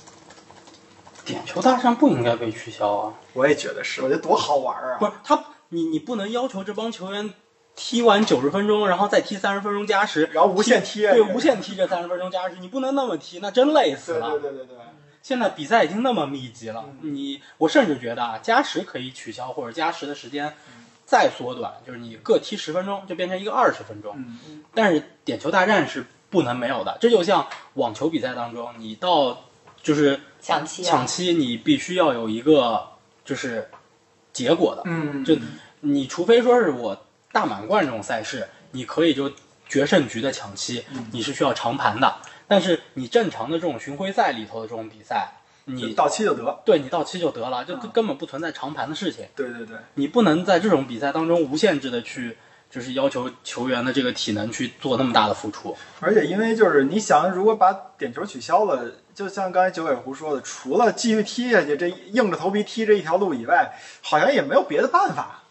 点球大战不应该被取消啊！
我也觉得是，我觉得多好玩儿
不
啊！
是他，你你不能要求这帮球员踢完九十分钟，然后再踢三十分钟加时，
然后无限踢，啊
对，无限踢这三十分钟加时，你不能那么踢，那真累死
对
了。
对对对对。
现在比赛已经那么密集了，
嗯
你我甚至觉得啊，加时可以取消或者加时的时间再缩短，就是你各踢十分钟就变成一个二十分钟。
嗯
但是点球大战是不能没有的，这就像网球比赛当中，你到就是
抢七啊
抢？七，你必须要有一个就是结果的，
嗯，
就你除非说是我大满贯这种赛事，你可以就决胜局的抢七，你是需要长盘的。但是你正常的这种巡回赛里头的这种比赛，
就
你
到期就得。
对你到期就得了，就根
嗯
根本不存在长盘的事情。
对对对，
你不能在这种比赛当中无限制的去，就是要求球员的这个体能去做那么大的付出。
而且因为就是你想，如果把点球取消了，就像刚才九尾狐说的，除了继续踢下去，这硬着头皮踢这一条路以外，好像也没有别的办法。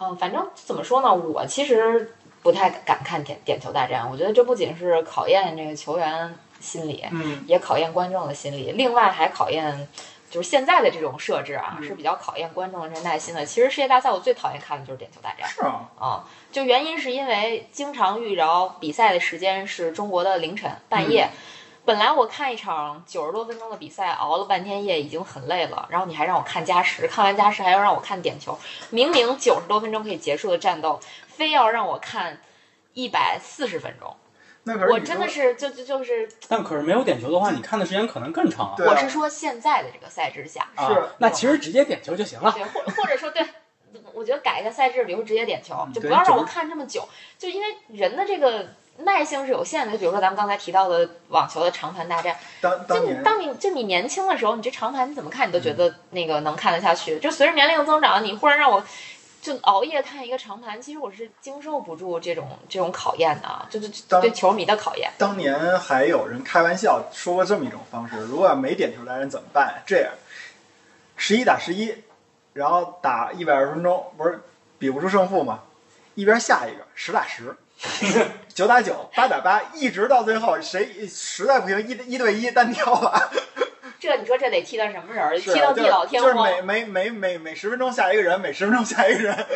嗯，反正怎么说呢，我其实不太敢看点点球大战。我觉得这不仅是考验这个球员心理，
嗯，
也考验观众的心理，另外还考验。就是现在的这种设置啊，是比较考验观众的这耐心的。其实世界大赛我最讨厌看的就是点球大战，
是啊，
啊、就原因是因为经常遇着比赛的时间是中国的凌晨半夜。
嗯
本来我看一场九十多分钟的比赛，熬了半天夜已经很累了，然后你还让我看加时，看完加时还要让我看点球，明明九十多分钟可以结束的战斗，非要让我看一百四十分钟，
那可是
我
你
真
说
的是就就就是，
但可是没有点球的话，你看的时间可能更长啊。
对啊
我是说现在的这个赛制下，
啊
是
那其实直接点球就行
啊
了。
对，或或者说对，我觉得改一下赛制，比如直接点球，
嗯
就不
对
要让
就
我看这么久，就因为人的这个耐性是有限的。就比如说咱们刚才提到的网球的长盘大战，就
当当
你
年嗯
当你就你年轻的时候，你这长盘你怎么看你都觉得那个能看得下去，就随着年龄增长，你忽然让我。就熬夜看一个长盘，其实我是经受不住这种这种考验的啊，就是
当
对球迷的考验。
当年还有人开玩笑说过这么一种方式：如果要没点球来人怎么办？这样，十一打十一，然后打一百二十分钟，不是比不出胜负嘛，一边下一个十打十。九打九，八打八，一直到最后，谁实在不行，一一对一单挑吧。
*laughs* 这你说这得踢到什么时候？
是啊
踢到地老天
就是
荒，
每每每每每十分钟下一个人，每十分钟下一个人。
啊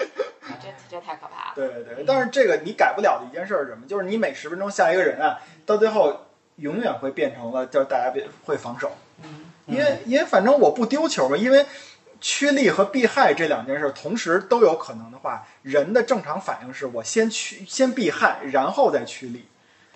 这这太可怕了。
对对对，但是这个你改不了的一件事是什么？就是你每十分钟下一个人啊，到最后永远会变成了，就是大家变会防守，
嗯
因为因为反正我不丢球嘛，因为趋利和避害这两件事同时都有可能的话，人的正常反应是我先趋先避害，然后再趋利。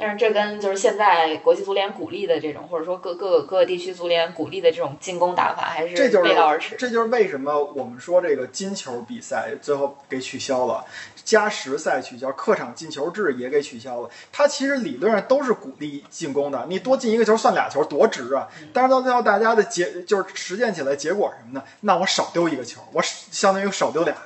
但是这跟就是现在国际足联鼓励的这种，或者说各各各个地区足联鼓励的这种进攻打法，还是
这就是
背道而驰。 *laughs*
这就是为什么我们说这个金球比赛最后给取消了，加时赛取消，客场进球制也给取消了。它其实理论上都是鼓励进攻的，你多进一个球算俩球，多值啊！
嗯
但是到最后大家的结就是实践起来结果是什么呢？那我少丢一个球，我相当于少丢俩，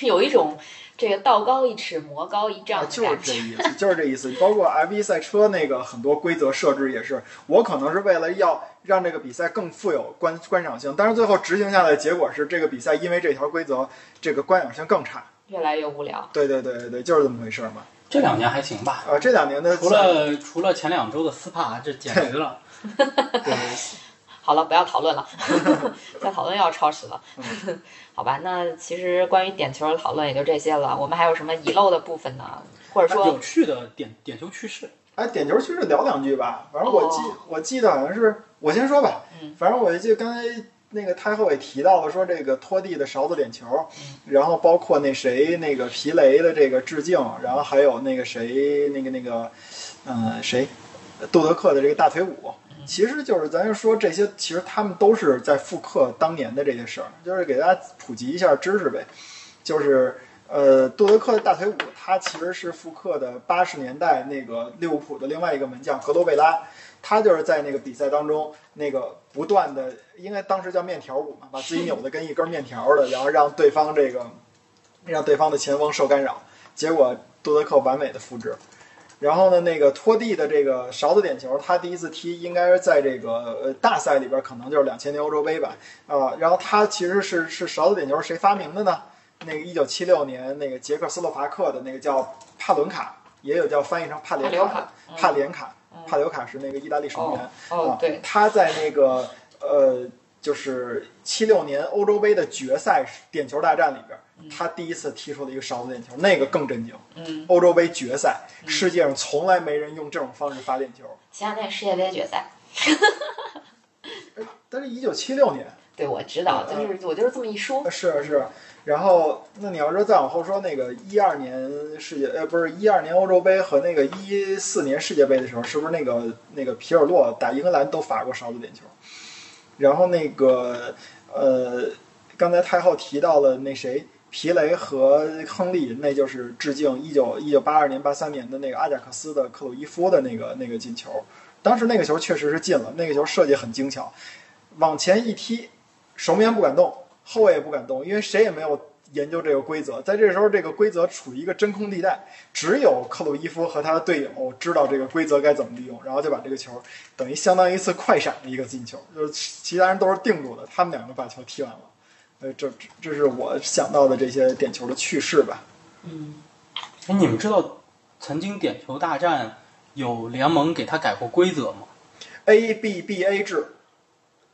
有一种这个道高一尺，魔高一丈
啊，
的
就是
感
这
觉。
意思，就是这意思。包括 F 1赛车那个很多规则设置也是，我可能是为了要让这个比赛更富有观观赏性，但是最后执行下来的结果是，这个比赛因为这条规则，这个观赏性更差。
越来越无聊。
对对对对对，就是这么回事嘛。
这两年还行吧，
啊，这两年的
除了除了前两周的斯帕，这简直了。
好了，不要讨论了，再讨论又要超时了。 *laughs* 好吧，那其实关于点球的讨论也就这些了。我们还有什么遗漏的部分呢？或者
有
说，
趣的点点球趣事，
哎，点球趋势聊两句吧。反正我记、
哦
我记得好像是我先说吧
嗯，
反正我就记得刚才那个太后也提到了，说这个拖地的勺子点球，
嗯
然后包括那谁那个皮雷的这个致敬，然后还有那个谁那个那个嗯、呃谁杜德克的这个大腿舞。
嗯
其实就是咱就说这些，其实他们都是在复刻当年的这些事儿，就是给大家普及一下知识呗。就是呃，杜德克的大腿舞，它其实是复刻的八十年代那个利物浦的另外一个门将格罗贝拉，他就是在那个比赛当中那个不断的，应该当时叫面条舞嘛，把自己扭的跟一根面条儿的，然后让对方这个让对方的前锋受干扰，结果杜德克完美的复制。然后呢，那个拖地的这个勺子点球，他第一次踢应该是在这个呃大赛里边，可能就是两千年欧洲杯吧，啊、然后他其实是是勺子点球是谁发明的呢？那个一九七六年那个捷克斯洛伐克的那个叫帕伦卡，也啊有叫翻译成帕连
帕留
卡
卡
的、
嗯
帕连卡
嗯，
帕留卡是那个意大利守门员
哦。哦
啊，
对，
他在那个呃，就是七六年欧洲杯的决赛点球大战里边，他第一次踢出了一个勺子点球，那个更震惊。
嗯，
欧洲杯决赛，世界上从来没人用这种方式发点球，
前两天世界杯决赛，
但是一九七六年。
对我知道，就是我就是这么一说。
呃是是，然后那你要说再往后说那个一二年世界呃不是一二年欧洲杯和那个一四年世界杯的时候，是不是那个那个皮尔洛打英格兰都罚过勺子点球？然后那个呃，刚才太后提到了那谁皮雷和亨利，那就是致敬一九一九八二年八三年的那个阿贾克斯的克鲁伊夫的那个那个进球。当时那个球确实是进了，那个球设计很精巧，往前一踢，守门员不敢动，后卫也不敢动，因为谁也没有研究这个规则。在这时候，这个规则处于一个真空地带，只有克鲁伊夫和他的队友知道这个规则该怎么利用，然后就把这个球等于相当于一次快闪的一个进球，就是其他人都是定住的，他们两个把球踢完了。呃，这这这是我想到的这些点球的趣事吧。
哎，你们知道曾经点球大战有联盟给他改过规则吗？
A B B A 制，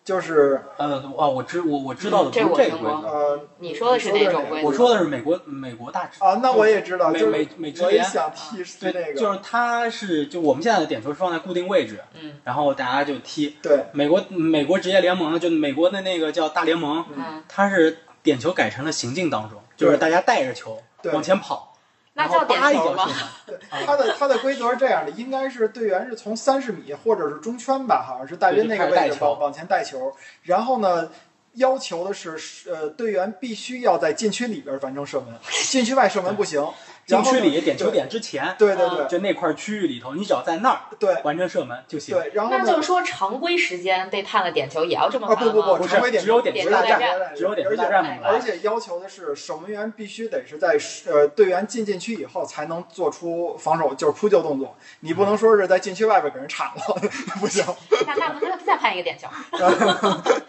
就是
呃，啊，我知我我知道的
嗯这
不
我
是这
听
个规
过
则，
呃，
你说的是哪种规
我
则？
说的是美国美国大
啊，那我也知道，
美
就是
美美职
我也
联啊
想踢是
*laughs*
那
对，
个，
就是它是就我们现在的点球是放在固定位置，
嗯
然后大家就踢。
对，
美国美国职业联盟就美国的那个叫大联盟，
嗯，
它是点球改成了行进当中，就是大家带着球
对
往前跑，
那
然后
叫点
叭一
球
脚
吗
射？门
对，它的它的规则是这样的，应该是队员是从三十米或者是中圈吧，好像是大约那个
对就开
位
始带
置
球
往往前带球，然后呢。要求的是，呃，队员必须要在禁区里边完成射门，禁区外射门不行。
*laughs* 禁
然后
区
呢
里啊点球，点之前，
对对对
就那块区域里头，你只要在那儿
对
完成射门就行。
对，然后
那就是
呢？
说常规时间被判了点球也要这么
啊
判
不
吗？
不不，
不是
常规点
只有点
点
球大战
只有点球
而且
大战不来
而且要求的是，守门员必须得是在呃队员进禁区以后才能做出防守，就是扑救动作。你
嗯
不能说是在 *laughs* 禁区外边给人铲了，不行。 *laughs*
哦那那那再判一个点球。啊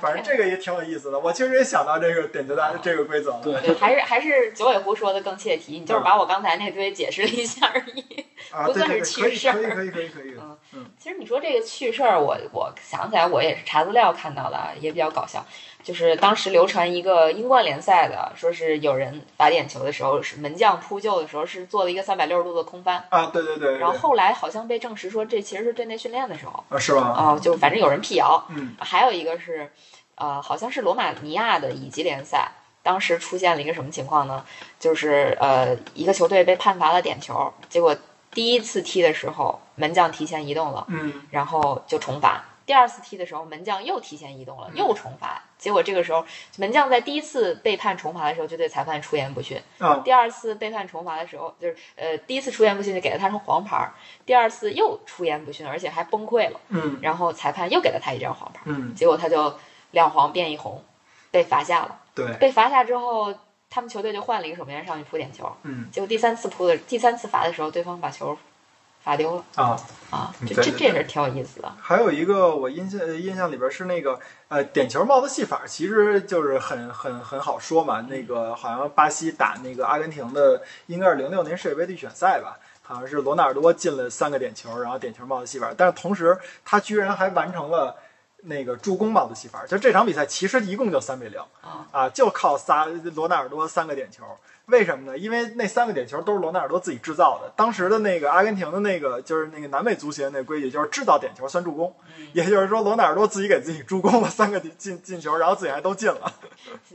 反正这个也挺有意思的。我其实也想到这个点球大这个规则了。
对
哦对，还是还是九尾狐说的更切题，你就是把我刚才那堆解释了一下而已。
啊，
不
对
算是
对对，可以
趣事儿
可以可以可以可以。
嗯
嗯
其实你说这个趣事儿，我我想起来，我也是查资料看到的啊，也比较搞笑。就是当时流传一个英冠联赛的，说是有人打点球的时候，是门将扑救的时候是做了一个三百六十度的空翻，
啊，对对对，对
然后后来好像被证实说这其实是队内训练的时候，
啊是吧？
啊、就反正有人辟谣。
嗯
还有一个是，呃，好像是罗马尼亚的乙级联赛，当时出现了一个什么情况呢？就是呃，一个球队被判罚了点球，结果第一次踢的时候门将提前移动了，
嗯
然后就重罚。第二次踢的时候，门将又提前移动了，又重罚。结果这个时候，门将在第一次被判重罚的时候就对裁判出言不逊，
啊
第二次被判重罚的时候，就是呃第一次出言不逊就给了他张黄牌儿，第二次又出言不逊，而且还崩溃了，
嗯
然后裁判又给了他一张黄牌儿。
嗯，
结果他就两黄变一红，被罚下了。
对，
被罚下之后，他们球队就换了一个守门员上去扑点球。
嗯
结果第三次扑的第三次罚的时候，对方把球罚丢了
啊。
啊！这
对
这
对
这是挺有意思的。
还有一个我印象印象里边是那个呃点球帽子戏法，其实就是很很很好说嘛。那个好像巴西打那个阿根廷的，应该是零六年世界杯预选赛吧。好像是罗纳尔多进了三个点球，然后点球帽子戏法，但是同时他居然还完成了那个助攻帽子戏法。就这场比赛其实一共就三比零
啊
啊，就靠仨罗纳尔多三个点球。为什么呢？因为那三个点球都是罗纳尔多自己制造的。当时的那个阿根廷的那个就是那个南美足协那个规矩，就是制造点球算助攻，也就是说罗纳尔多自己给自己助攻了三个进进球，然后自己还都进了。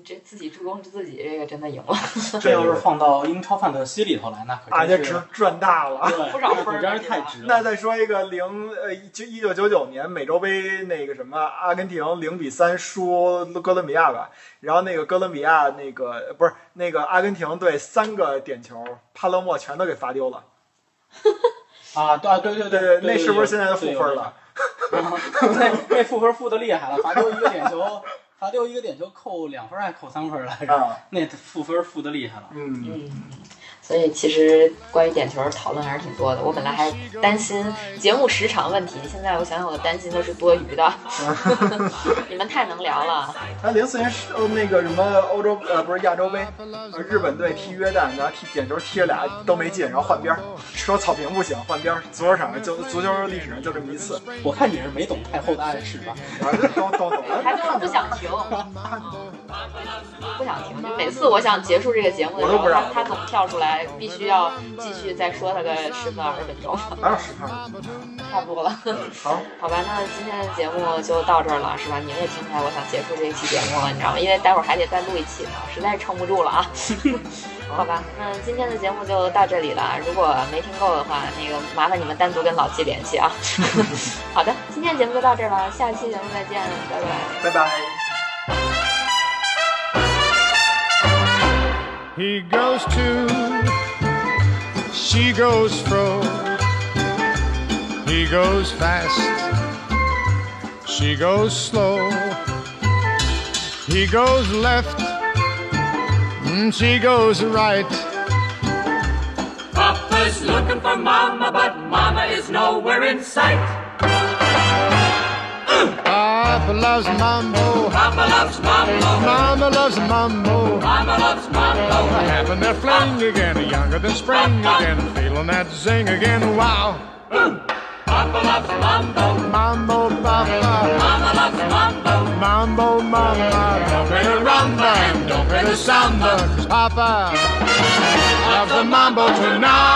这自己助攻自己，这个真的赢了。
这要是放到英超范特西里头来，那可
啊，这
真是
值赚大了。
对
不少分
那可
儿
真是太值
那
了。
再说一个零呃一九一九九九年美洲杯那个什么阿根廷零比三输哥伦比亚吧，然后那个哥伦比亚那个呃不是那个阿根廷队三个点球，帕勒莫全都给罚丢了。
啊，对啊，对对对，
对那是不是现在就负
对有
分
有
了？
那那负分负的厉害了，罚丢一个点球，罚丢一个点球扣两分还扣三分来着，
啊，
那负分负的厉害了。
嗯。
嗯。 *laughs* 所以其实关于点球讨论还是挺多的。我本来还担心节目时长问题，现在我想想，我的担心都是多余的。 *laughs* 你们太能聊了。
他零四年是呃那个什么欧洲呃不是亚洲杯，呃日本队踢约旦，然后踢点球踢了俩都没进，然后换边儿，说草坪不行，换边儿，足球场上就足球历史上就这么一次，
我看你是没懂太后的暗示吧？
然后就都都懂了。
他就是不想停，嗯不想停。就每次我想结束这个节目的时
我都不
候，
让
他他总跳出来，必须要继续再说他个十分二十分钟，
哪有十分儿？
差不多了。 *laughs*
好，
好吧，那今天的节目就到这儿了，是吧？你们也听出来，我想结束这一期节目了，你知道吗？因为待会儿还得再录一期呢，实在是撑不住了啊。 *laughs* 好吧，那今天的节目就到这里了。如果没听够的话，那个麻烦你们单独跟老季联系啊。 *laughs* 好的，今天节目就到这儿吧，下期节目再见，拜拜。
拜拜。
He goes to, she goes fro. He goes fast, she goes slow. He goes left, mm, she goes right.
Papa's looking for Mama, but Mama is nowhere in sight.
Papa loves mambo,
Papa loves Mambo.
mama loves mambo.
Mama oh, loves Mambo.
Having their fling again, younger than spring again, feeling that zing again. Wow,
Papa loves Mambo.
mambo, papa.
Mama oh. loves Mambo.
Mambo mama, don't play the rumba and don't play the samba. 'cause Papa loves the mambo tonight.